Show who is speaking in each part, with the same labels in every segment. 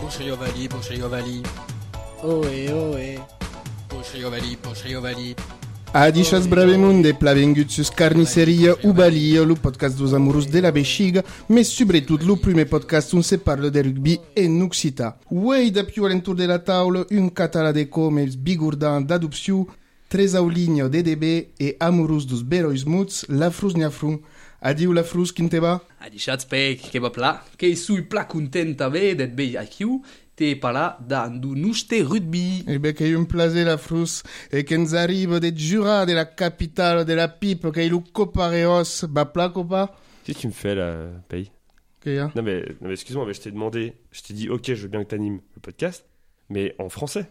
Speaker 1: Bosriovali, Bosriovali,
Speaker 2: Ohé, ohé.
Speaker 1: Bosriovali, Bosriovali.
Speaker 3: Adichas bravemunde, Plavengutus Carniceria Ubalio, le podcast dos amoureux de la bexiga, mais surtout le premier podcast où on se parle de rugby et nuxita. Way da più alentour de la table, un catala de come bigurdan d'adoption, tres auligno DDB et amoureux e dos berois muts, la frus niafrun. Adieu la frus quinteba?
Speaker 4: Ha deixat pec que va pla, que sui pla contenta bé d'être bé aquí, te parla d'un nuste rugby.
Speaker 3: Eh ben, qu'ayons placé la eh, frousse et qu'en arrive des Jura, de la capitale, de la pipe, qu'ayons copareos, bah plat copa.
Speaker 5: Qu'est-ce que tu me fais là, Paye
Speaker 3: Qu'est-ce qu'il y a
Speaker 5: Non mais, non, mais excuse-moi, mais je t'ai demandé, je t'ai dit ok, je veux bien que t'animes le podcast, mais en français.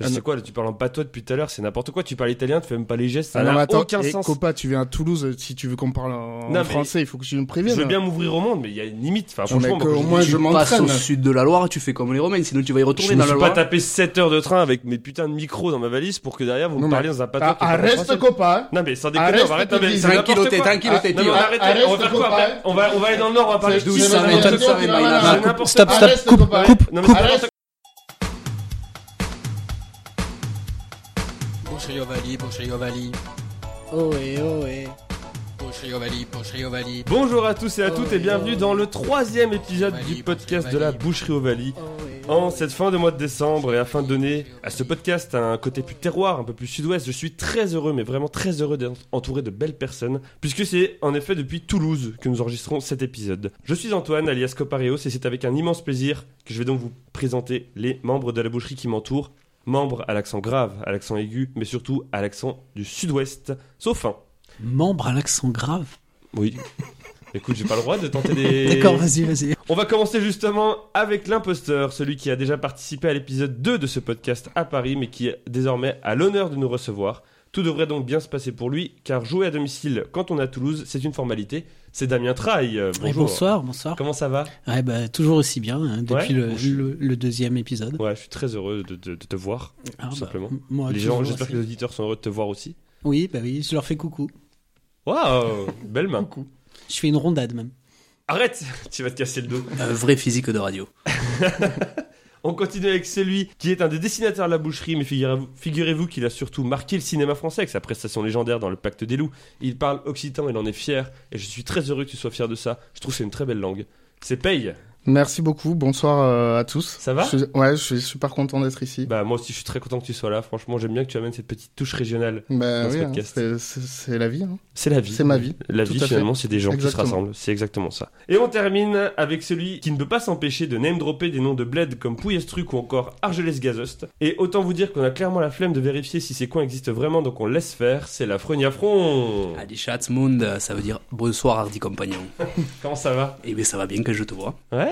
Speaker 3: Ah,
Speaker 5: Parce que
Speaker 3: non.
Speaker 5: c'est quoi, là, tu parles en patois depuis tout à l'heure, c'est n'importe quoi, tu parles italien, tu fais même pas les gestes, ça
Speaker 3: Ah non,
Speaker 5: n'a
Speaker 3: mais attends,
Speaker 5: aucun
Speaker 3: eh,
Speaker 5: sens.
Speaker 3: Copa, tu viens à Toulouse, si tu veux qu'on parle en, en
Speaker 5: Non, mais-
Speaker 3: français, il faut que tu nous
Speaker 5: Je
Speaker 3: préviennes.
Speaker 5: veux bien m'ouvrir au monde, mais il y a une limite. Enfin,
Speaker 3: Non, mais euh,
Speaker 5: franchement,
Speaker 3: que
Speaker 5: moi,
Speaker 3: au
Speaker 5: quand
Speaker 3: moins,
Speaker 5: je,
Speaker 3: je
Speaker 4: tu passes au
Speaker 3: m'entraîne.
Speaker 4: sud de la Loire, tu fais comme les Romains, sinon tu vas y
Speaker 5: je
Speaker 4: retourner
Speaker 5: me
Speaker 4: dans la
Speaker 5: suis pas
Speaker 4: Loire.
Speaker 5: tapé 7 heures de train avec mes putains de micros dans ma valise pour que derrière vous
Speaker 3: Non,
Speaker 5: me
Speaker 3: mais-
Speaker 5: parliez dans un patois.
Speaker 3: Ah,
Speaker 5: qui est pas
Speaker 3: Arrête,
Speaker 5: français.
Speaker 3: Copa!
Speaker 5: Non mais sans déconner,
Speaker 3: Arrête
Speaker 5: on va arrêter
Speaker 3: cette
Speaker 5: avec
Speaker 3: bêtise.
Speaker 5: c'est n'importe
Speaker 4: Tranquilloté,
Speaker 5: quoi.
Speaker 4: tranquilloté,
Speaker 5: Ah, non, mais
Speaker 4: tio.
Speaker 5: on va arrêter,
Speaker 3: Arrête,
Speaker 5: on va faire
Speaker 3: ce
Speaker 5: quoi
Speaker 3: copain.
Speaker 5: après on va, on va aller dans le nord, on va parler de
Speaker 4: douce,
Speaker 5: tout ça,
Speaker 4: ça
Speaker 5: n'importe
Speaker 4: m'étonne,
Speaker 5: quoi.
Speaker 4: ça m'étonne.
Speaker 5: Ah,
Speaker 4: Ah,
Speaker 5: n'importe
Speaker 6: Stop,
Speaker 5: quoi.
Speaker 6: stop,
Speaker 3: Arrête,
Speaker 6: coupe,
Speaker 3: copain.
Speaker 6: coupe.
Speaker 5: Non, mais
Speaker 3: Coupe.
Speaker 5: n'importe
Speaker 1: Bosriovali, Bosriovali,
Speaker 2: Ohé, ohé.
Speaker 1: Bosriovali, Bosriovali.
Speaker 5: Bonjour à tous et à toutes et bienvenue dans le troisième épisode du podcast de la Boucherie au Valley.
Speaker 2: Ohé,
Speaker 5: En
Speaker 2: ohé.
Speaker 5: cette fin de mois de décembre et afin de donner à ce podcast un côté plus terroir, un peu plus sud-ouest, je suis très heureux, mais vraiment très heureux d'être entouré de belles personnes, puisque c'est en effet depuis Toulouse que nous enregistrons cet épisode. Je suis Antoine, alias Copareos, et c'est avec un immense plaisir que je vais donc vous présenter les membres de la Boucherie qui m'entourent. Membres à l'accent grave, à l'accent aigu, mais surtout à l'accent du sud-ouest, sauf un.
Speaker 6: Membre à l'accent grave.
Speaker 5: Oui. Écoute, j'ai pas le droit de tenter des.
Speaker 6: D'accord, vas-y, vas-y.
Speaker 5: On va commencer justement avec l'imposteur, celui qui a déjà participé à l'épisode 2 de ce podcast à Paris, mais qui est désormais à l'honneur de nous recevoir. Tout devrait donc bien se passer pour lui, car jouer à domicile quand on est à Toulouse, c'est une formalité. C'est Damien Traille. Euh,
Speaker 6: Et
Speaker 5: Bonjour.
Speaker 6: Eh, bonsoir, bonsoir.
Speaker 5: Comment ça va
Speaker 6: Ouais, bah, toujours aussi bien hein, depuis
Speaker 5: Ouais,
Speaker 6: le,
Speaker 5: bon, je-
Speaker 6: le- le deuxième épisode.
Speaker 5: Ouais, je suis très heureux de, de- de te voir.
Speaker 6: Ah, bah,
Speaker 5: simplement.
Speaker 6: m- moi,
Speaker 5: les
Speaker 6: toujours
Speaker 5: gens, j'espère
Speaker 6: aussi.
Speaker 5: que les auditeurs sont heureux de te voir aussi.
Speaker 6: Oui, bah oui, je leur fais coucou.
Speaker 5: Waouh, belle main.
Speaker 6: Je fais une rondade même.
Speaker 5: Arrête, tu vas te casser le dos.
Speaker 4: Un vrai physique de radio.
Speaker 5: On continue avec celui qui est un des dessinateurs de la boucherie, mais figurez-vous figurez-vous qu'il a surtout marqué le cinéma français avec sa prestation légendaire dans Le Pacte des Loups. Il parle occitan, il en est fier, et je suis très heureux que tu sois fier de ça. Je trouve que c'est une très belle langue. C'est paye.
Speaker 3: Merci beaucoup, bonsoir euh, à tous.
Speaker 5: Ça va
Speaker 3: Je suis- Ouais, je suis super content d'être ici.
Speaker 5: Bah moi aussi je suis très content que tu sois là, franchement j'aime bien que tu amènes cette petite touche régionale.
Speaker 3: Bah
Speaker 5: dans ce
Speaker 3: oui, hein,
Speaker 5: podcast.
Speaker 3: c'est- c'est c'est la vie. hein.
Speaker 5: C'est la vie.
Speaker 3: C'est ma vie.
Speaker 5: La
Speaker 3: Tout
Speaker 5: vie
Speaker 3: à fait.
Speaker 5: finalement c'est des gens
Speaker 3: Exactement.
Speaker 5: qui se rassemblent, c'est exactement ça. Et on termine avec celui qui ne peut pas s'empêcher de name dropper des noms de bled comme Pouillestruc ou encore Argelès Gazost. Et autant vous dire qu'on a clairement la flemme de vérifier si ces coins existent vraiment donc on laisse faire, c'est la Frognafron.
Speaker 4: Adichat Mund, ça veut dire bonsoir, hardi compagnon.
Speaker 5: Comment ça va
Speaker 4: Eh bien, ça va bien que je te vois.
Speaker 5: Ouais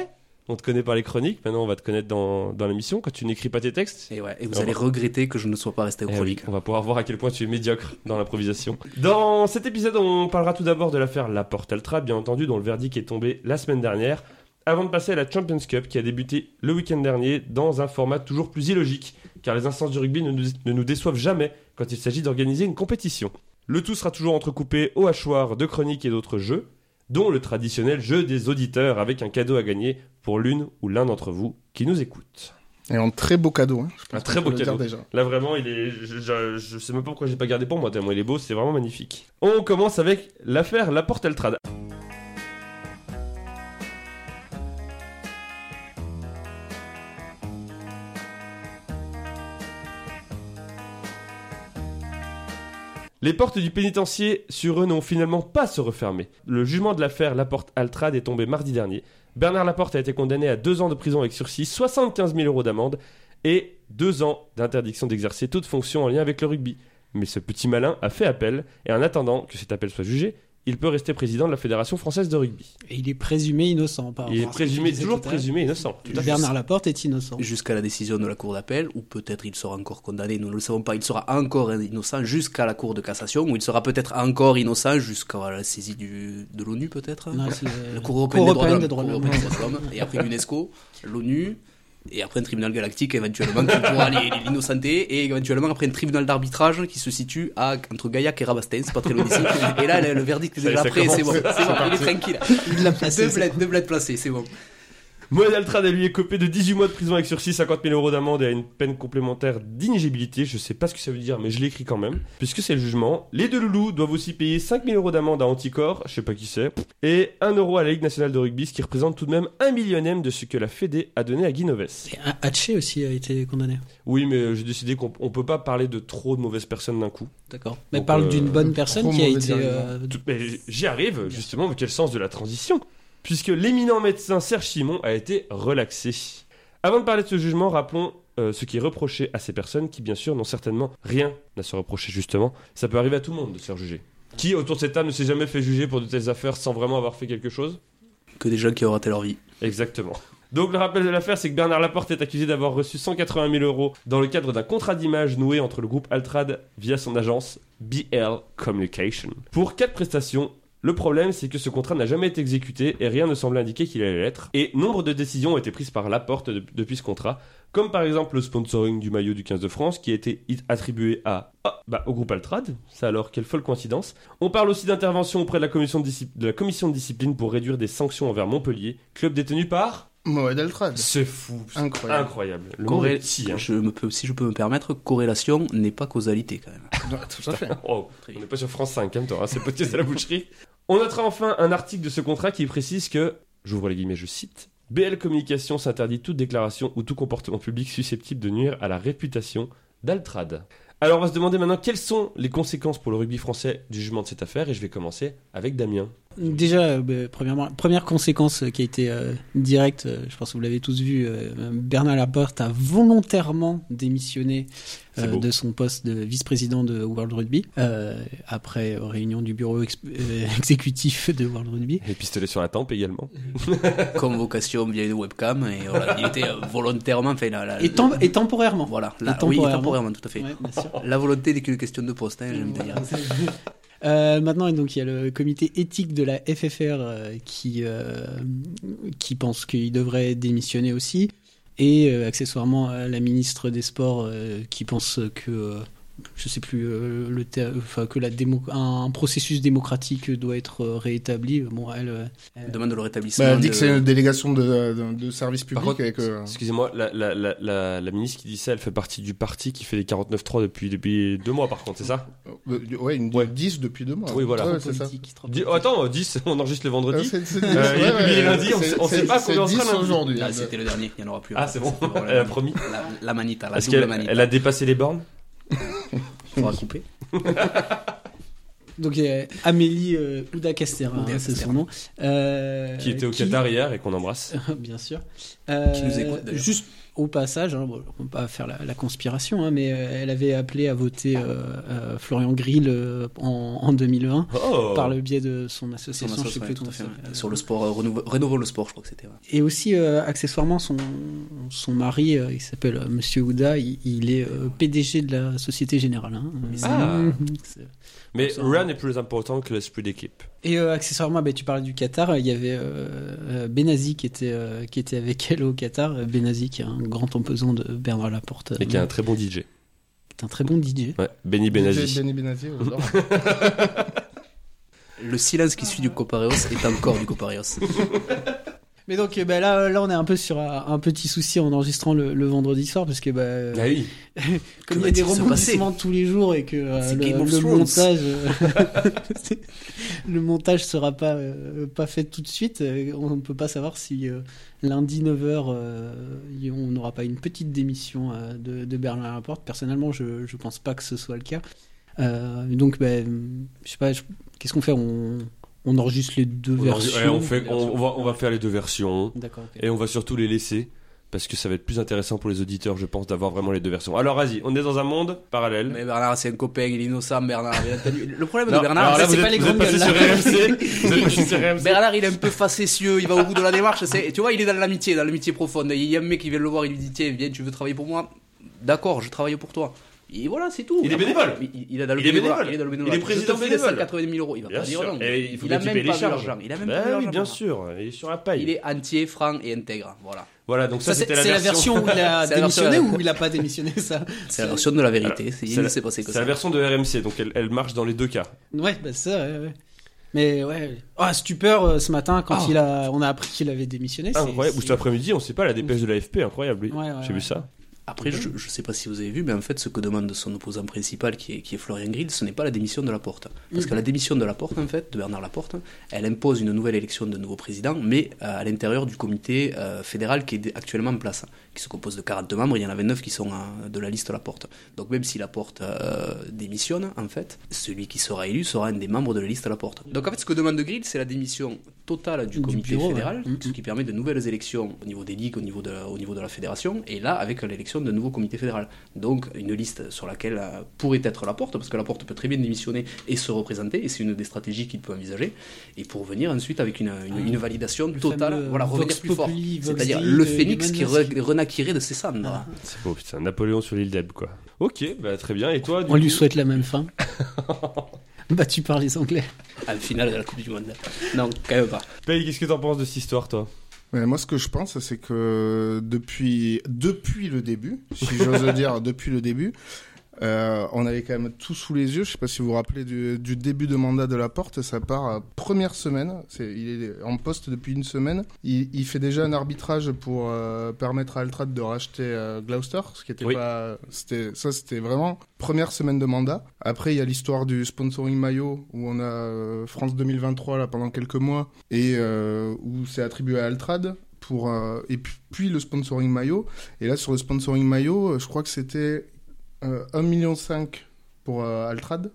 Speaker 5: On te connaît par les chroniques, maintenant on va te connaître dans, dans l'émission quand tu n'écris pas tes textes.
Speaker 4: Et ouais, et vous
Speaker 5: Au
Speaker 4: allez regretter que je ne sois pas resté au
Speaker 5: Ah Eh oui,
Speaker 4: chronique.
Speaker 5: on va pouvoir voir à quel point tu es médiocre dans l'improvisation. Dans cet épisode, on parlera tout d'abord de l'affaire La Porte Altra, bien entendu, dont le verdict est tombé la semaine dernière, avant de passer à la Champions Cup qui a débuté le week-end dernier dans un format toujours plus illogique, car les instances du rugby ne nous, ne nous déçoivent jamais quand il s'agit d'organiser une compétition. Le tout sera toujours entrecoupé au hachoir de chroniques et d'autres jeux, dont le traditionnel jeu des auditeurs avec un cadeau à gagner pour l'une ou l'un d'entre vous qui nous écoute.
Speaker 3: Et un très beau cadeau. hein, je pense
Speaker 5: Un
Speaker 3: qu'on
Speaker 5: très
Speaker 3: peut
Speaker 5: beau
Speaker 3: le dire
Speaker 5: cadeau.
Speaker 3: déjà.
Speaker 5: Là vraiment, il est. Je, je, je sais même pas pourquoi j'ai pas gardé pour moi tellement il est beau, c'est vraiment magnifique. On commence avec l'affaire La Porte Altrad. Les portes du pénitencier sur eux n'ont finalement pas se refermer. Le jugement de l'affaire Laporte Altrad est tombé mardi dernier. Bernard Laporte a été condamné à deux ans de prison avec sursis, 75 000 euros d'amende et deux ans d'interdiction d'exercer toute fonction en lien avec le rugby. Mais ce petit malin a fait appel, et en attendant que cet appel soit jugé, il peut rester président de la Fédération française de rugby.
Speaker 6: Et il est présumé innocent. Par
Speaker 5: il est
Speaker 6: rapport à Ah, ce que tu
Speaker 5: présumé,
Speaker 6: disais
Speaker 5: toujours
Speaker 6: tout à l'heure.
Speaker 5: présumé innocent. Tout à fait.
Speaker 6: Bernard Laporte est innocent.
Speaker 4: Jusqu'à la décision de la cour d'appel, ou peut-être il sera encore condamné, nous ne le savons pas, il sera encore innocent jusqu'à la cour de cassation, ou il sera peut-être encore innocent jusqu'à la saisie du, de l'ONU peut-être
Speaker 6: Non, c'est euh, le-
Speaker 4: La Cour européenne, des droits de l'homme.
Speaker 6: l'homme.
Speaker 4: Cour européenne des droits de l'homme. Et après l'UNESCO, l'ONU, et après un tribunal galactique éventuellement qui pourra les- les- l'innocenter, et éventuellement après un tribunal d'arbitrage qui se situe à, entre Gaillac et Rabastens, c'est pas très loin d'ici. Et là, le, le verdict est
Speaker 5: Ça y est,
Speaker 4: déjà
Speaker 5: ça
Speaker 4: prêt, c'est bon,
Speaker 5: commence.
Speaker 4: c'est bon, il est tranquille.
Speaker 6: Il l'a placé.
Speaker 4: Deux
Speaker 6: c'est
Speaker 4: bleds, deux bleds placés, c'est bon.
Speaker 5: Mohamed Altrad a lui est copé de 18 mois de prison avec sursis, 50 000 euros d'amende et à une peine complémentaire d'inéligibilité. Je sais pas ce que ça veut dire, mais je l'écris quand même, puisque c'est le jugement. Les deux loulous doivent aussi payer 5 000 euros d'amende à Anticor, je sais pas qui c'est, et 1 euro à la Ligue nationale de rugby, ce qui représente tout de même un millionième de ce que la Fédé a donné à Guy Novès.
Speaker 6: Et Ha- Hatché aussi a été condamné.
Speaker 5: Oui, mais euh, j'ai décidé qu'on on peut pas parler de trop de mauvaises personnes d'un coup.
Speaker 6: D'accord. Mais
Speaker 5: Donc,
Speaker 6: parle
Speaker 5: euh,
Speaker 6: d'une bonne personne
Speaker 3: trop
Speaker 6: qui a
Speaker 3: mauvais
Speaker 6: été.
Speaker 3: argument.
Speaker 6: euh,
Speaker 5: Tout- mais J'y arrive, justement, mais quel sens de la transition Puisque l'éminent médecin Serge Simon a été relaxé. Avant de parler de ce jugement, rappelons euh, ce qui est reproché à ces personnes qui, bien sûr, n'ont certainement rien à se reprocher, justement. Ça peut arriver à tout le monde de se faire juger. Qui, autour de cette table, ne s'est jamais fait juger pour de telles affaires sans vraiment avoir fait quelque chose
Speaker 4: Que des gens qui ont raté leur vie.
Speaker 5: Exactement. Donc le rappel de l'affaire, c'est que Bernard Laporte est accusé d'avoir reçu 180 000 euros dans le cadre d'un contrat d'image noué entre le groupe Altrad via son agence BL Communication pour quatre prestations. Le problème, c'est que ce contrat n'a jamais été exécuté et rien ne semblait indiquer qu'il allait l'être. Et nombre de décisions ont été prises par Laporte de- depuis ce contrat, comme par exemple le sponsoring du maillot du 15 de France qui a été i- attribué à ah, bah, au groupe Altrad. Ça alors quelle folle coïncidence. On parle aussi d'intervention auprès de la, commission de, discipl- de la commission de discipline pour réduire des sanctions envers Montpellier, club détenu par.
Speaker 3: Mohamed Altrad.
Speaker 5: C'est fou, c'est
Speaker 3: Incroyable.
Speaker 5: incroyable. Le monde
Speaker 4: Corré-
Speaker 5: est petit, hein.
Speaker 4: je me peux, si je peux me permettre, corrélation n'est pas causalité quand même.
Speaker 3: Tout à fait.
Speaker 5: Oh,
Speaker 4: Très
Speaker 5: on
Speaker 4: bien.
Speaker 5: n'est pas sur France 5, hein, toi, hein, c'est podcast à la boucherie. On notera enfin un article de ce contrat qui précise que, j'ouvre les guillemets, je cite, BL Communication s'interdit toute déclaration ou tout comportement public susceptible de nuire à la réputation d'Altrad. Alors on va se demander maintenant quelles sont les conséquences pour le rugby français du jugement de cette affaire et je vais commencer avec Damien.
Speaker 6: Déjà, euh, bah, premièrement, première conséquence euh, qui a été euh, directe, euh, je pense que vous l'avez tous vu, euh, Bernard Laporte a volontairement démissionné
Speaker 5: C'est
Speaker 6: euh,
Speaker 5: beau.
Speaker 6: de son poste de vice-président de World Rugby euh, après euh, réunion du bureau ex- euh, exécutif de World Rugby.
Speaker 5: Les pistolets sur la tempe également.
Speaker 4: Convocation via une webcam et voilà, il était euh, volontairement fait la, la-
Speaker 6: Et, tem- et temporairement.
Speaker 4: voilà,
Speaker 6: et
Speaker 4: la, oui,
Speaker 6: temporairement.
Speaker 4: temporairement tout à fait.
Speaker 6: Ouais, bien sûr.
Speaker 4: La volonté n'est qu'une question de poste, hein, j'aime bien dire.
Speaker 6: Euh, maintenant, et donc, il y a le comité éthique de la FFR euh, qui, euh, qui pense qu'il devrait démissionner aussi. Et euh, accessoirement, euh, la ministre des Sports euh, qui pense que, euh, je sais plus, euh, le ter- enfin, que la démo- un, un processus démocratique doit être euh, réétabli. Bon, elle, euh, elle-
Speaker 4: Demande le
Speaker 3: Bah,
Speaker 4: rétablissement.
Speaker 3: elle dit que
Speaker 4: de-
Speaker 3: c'est une délégation de, de, de service public
Speaker 5: Par contre,
Speaker 3: avec. euh,
Speaker 5: Excusez-moi, la, la, la, la, la ministre qui dit ça, elle fait partie du parti qui fait les 49-3 depuis, depuis deux mois, par contre, c'est ça
Speaker 3: euh, ouais, une
Speaker 5: Ouais.
Speaker 3: 10 depuis deux mois.
Speaker 5: Oui, voilà.
Speaker 3: Ouais, c'est ça.
Speaker 6: politique, trop
Speaker 5: Di- oh, Attends, 10, on enregistre le
Speaker 3: Euh,
Speaker 5: vendredi.
Speaker 3: c'est- c'est-
Speaker 5: Euh, il est
Speaker 3: ouais,
Speaker 5: publié
Speaker 3: ouais,
Speaker 5: lundi, on-
Speaker 3: c'est-
Speaker 5: on sait
Speaker 3: c'est-
Speaker 5: pas
Speaker 3: c'est
Speaker 5: combien on
Speaker 3: 10
Speaker 5: sera lundi.
Speaker 3: aujourd'hui.
Speaker 4: Ah, c'était le dernier, il n'y en aura plus.
Speaker 5: Ah, c'est bon,
Speaker 4: C'était vraiment
Speaker 5: elle a
Speaker 4: la-
Speaker 5: promis.
Speaker 4: La, la manita, la
Speaker 5: Est-ce
Speaker 4: double
Speaker 5: qu'elle
Speaker 4: manita.
Speaker 5: elle a dépassé les bornes
Speaker 4: Faudra couper.
Speaker 6: Donc, euh, Amélie euh, Oudacastera,
Speaker 4: Oudacastera.
Speaker 6: hein, c'est son nom. Euh,
Speaker 5: Qui était au Qatar hier et qu'on embrasse.
Speaker 6: Bien sûr. Euh,
Speaker 4: Qui nous écoute, d'ailleurs.
Speaker 6: Juste au passage, hein, bon, on va pas faire la, la conspiration, hein, mais euh, elle avait appelé à voter euh, euh, Florian Grill euh, en, en 2001
Speaker 5: Oh
Speaker 6: par le biais de son association,
Speaker 4: Sur,
Speaker 6: je sais plus comment ça s'appelle.
Speaker 4: sur le sport, euh, renouveau- rénovons le sport, je crois que c'était. ouais.
Speaker 6: Et aussi, euh, accessoirement, son, son mari, euh, il s'appelle euh, Monsieur Houda, il, il est euh, PDG de la Société Générale. hein.
Speaker 5: Ah.
Speaker 6: Euh, c'est-
Speaker 5: Mais rien n'est plus important que l'esprit d'équipe.
Speaker 6: Et euh, accessoirement, bah, tu parlais du Qatar, il y avait euh, euh, Benazi qui était, euh, qui était avec elle au Qatar. Euh, Benazi qui est un grand empesant de Bernard Laporte. euh,
Speaker 5: Et qui est un très bon DJ.
Speaker 6: C'est un très bon DJ.
Speaker 5: Ouais, Benny
Speaker 3: DJ
Speaker 5: Benazi.
Speaker 3: Benny Benazzi, on adore.
Speaker 4: Le silence qui suit du Copareos est encore du Copareos.
Speaker 6: Mais donc eh ben, là, là, on est un peu sur un, un petit souci en enregistrant le, le vendredi soir, parce que bah, euh,
Speaker 5: Ah oui.
Speaker 4: Que
Speaker 6: comme il y a des
Speaker 4: va-t-il se passer
Speaker 6: rebondissements tous les jours et que euh,
Speaker 4: C'est
Speaker 6: le,
Speaker 4: Game of
Speaker 6: le
Speaker 4: Thrones.
Speaker 6: montage, euh, c'est- le montage sera pas euh, pas fait tout de suite. euh, On ne peut pas savoir si euh, lundi 9h on n'aura pas une petite démission euh, de, de Berlin Laporte. Personnellement, je je pense pas que ce soit le cas. Euh, donc, ben, je sais pas, je- qu'est-ce qu'on fait on, on enregistre les deux
Speaker 5: On,
Speaker 6: versions.
Speaker 5: ouais, on fait, on, on va, on va faire les deux versions.
Speaker 6: D'accord. ok.
Speaker 5: Et on va surtout les laisser. Parce que ça va être plus intéressant pour les auditeurs, je pense, d'avoir vraiment les deux versions. Alors, vas-y, on est dans un monde parallèle.
Speaker 4: Mais Bernard, c'est un copain, il est innocent, Bernard. bien entendu. Le problème
Speaker 5: Non,
Speaker 4: de Bernard,
Speaker 5: alors là,
Speaker 4: c'est
Speaker 5: vous
Speaker 4: pas
Speaker 5: êtes-
Speaker 4: les
Speaker 5: vous êtes
Speaker 4: grandes gueules.
Speaker 5: passé
Speaker 4: là.
Speaker 5: sur RMC. Vous êtes passé sur RMC.
Speaker 4: Bernard, il est un peu facétieux, il va au bout de la démarche. c'est- Et tu vois, il est dans l'amitié, dans l'amitié profonde. Il y a un mec qui vient le voir, il lui dit Tiens, viens, tu veux travailler pour moi D'accord, je travaille pour toi. Et voilà, c'est tout.
Speaker 5: Il est bénévole.
Speaker 4: Il, il est dans le
Speaker 5: Il est
Speaker 4: bénévolat,
Speaker 5: bénévole.
Speaker 4: Il est dans le bénévolat.
Speaker 5: Il est président
Speaker 4: Je te fais
Speaker 5: bénévole.
Speaker 4: 180 000 euros. Il va
Speaker 5: Bien
Speaker 4: pas dire
Speaker 5: sûr.
Speaker 4: non.
Speaker 5: Et il faut
Speaker 4: a
Speaker 5: bien qu'il
Speaker 4: même
Speaker 5: paye les
Speaker 4: pas vu
Speaker 5: charges.
Speaker 4: l'argent. Il a même
Speaker 5: Bah
Speaker 4: pas vu
Speaker 6: hein,
Speaker 5: oui,
Speaker 4: l'argent,
Speaker 5: bien
Speaker 4: Bernard.
Speaker 5: sûr. Il est sur la paille.
Speaker 4: Il est entier, franc et intègre. Voilà.
Speaker 5: Voilà, donc ça,
Speaker 6: Ça,
Speaker 5: c'était
Speaker 6: c'est
Speaker 5: la,
Speaker 6: c'est la version où il a
Speaker 4: C'est la version-
Speaker 6: démissionné ou il a pas démissionné ça
Speaker 4: C'est la version de la
Speaker 5: Voilà.
Speaker 4: vérité. c'est-
Speaker 5: C'est
Speaker 4: Il
Speaker 5: la-
Speaker 4: s'est passé comme
Speaker 5: C'est la
Speaker 4: ça.
Speaker 5: version de RMC, donc elle, elle marche dans les deux cas.
Speaker 6: Ouais, bah ça. ouais, ouais. Mais ouais. Ah, stupeur euh, ce matin quand
Speaker 4: Ah.
Speaker 6: il a, on a appris qu'il avait démissionné. c'est-
Speaker 5: Incroyable. Ou cet
Speaker 6: c'est-
Speaker 5: après-midi, on sait pas, la dépêche de l'AFP, incroyable. oui.
Speaker 6: Ouais, ouais,
Speaker 5: J'ai
Speaker 6: ouais.
Speaker 5: vu ça.
Speaker 4: Après, je ne sais pas si vous avez vu, mais en fait, ce que demande son opposant principal, qui est, qui est Florian Grill, ce n'est pas la démission de Laporte. Parce que la démission de Laporte, en fait, de Bernard Laporte, elle impose une nouvelle élection de nouveau président, mais euh, à l'intérieur du comité euh, fédéral qui est actuellement en place, qui se compose de 42 membres, il y en avait 9 qui sont euh, de la liste Laporte. Donc même si Laporte euh, démissionne, en fait, celui qui sera élu sera un des membres de la liste Laporte. Donc en fait, ce que demande Grill, c'est la démission totale du
Speaker 6: Du
Speaker 4: comité
Speaker 6: bureau, ouais.
Speaker 4: fédéral,
Speaker 6: Mhm.
Speaker 4: ce qui permet de nouvelles élections au niveau des ligues, au niveau de, au niveau de la fédération, et là avec l'élection d'un nouveau comité fédéral. Donc une liste sur laquelle euh, pourrait être la porte, parce que la porte peut très bien démissionner et se représenter, et c'est une des stratégies qu'il peut envisager, et pour revenir ensuite avec une, une,
Speaker 3: Ah,
Speaker 4: une validation
Speaker 6: Le
Speaker 4: totale,
Speaker 6: fameux euh,
Speaker 4: voilà, revenir
Speaker 6: Vox
Speaker 4: plus fort.
Speaker 6: Populi, Vox euh,
Speaker 4: C'est-à-dire
Speaker 6: Dei
Speaker 4: le
Speaker 3: euh,
Speaker 6: de
Speaker 4: phénix
Speaker 6: Elon
Speaker 4: qui
Speaker 6: Musk.
Speaker 4: re- renaquirait de ses cendres.
Speaker 3: Ah.
Speaker 5: C'est beau, Oh, putain. Napoléon sur l'île d'Elbe, quoi. Ok, bah très bien. Et toi, du
Speaker 6: On lui
Speaker 5: coup
Speaker 6: souhaite la même fin. Bah, Battu par les Anglais.
Speaker 4: À la finale de la Coupe du Monde. Non, quand même pas.
Speaker 5: Paye, qu'est-ce que t'en penses de cette histoire, toi
Speaker 3: Ouais, moi, ce que je pense, c'est que depuis, depuis le début, si j'ose le dire, depuis le début, euh, on avait quand même tout sous les yeux. Je sais pas si vous vous rappelez du, du début de mandat de la porte. Ça part euh, première semaine. C'est- il est en poste depuis une semaine. Il, il fait déjà un arbitrage pour euh, permettre à Altrad de racheter euh, Gloucester, ce qui était
Speaker 5: Oui.
Speaker 3: pas. C'était ça, c'était vraiment première semaine de mandat. Après, il y a l'histoire du sponsoring maillot où on a euh, France 2023 là pendant quelques mois et euh, où c'est attribué à Altrad pour euh, et puis, puis le sponsoring maillot et là sur le sponsoring maillot euh, je crois que c'était euh, 1,5 million pour euh, Altrad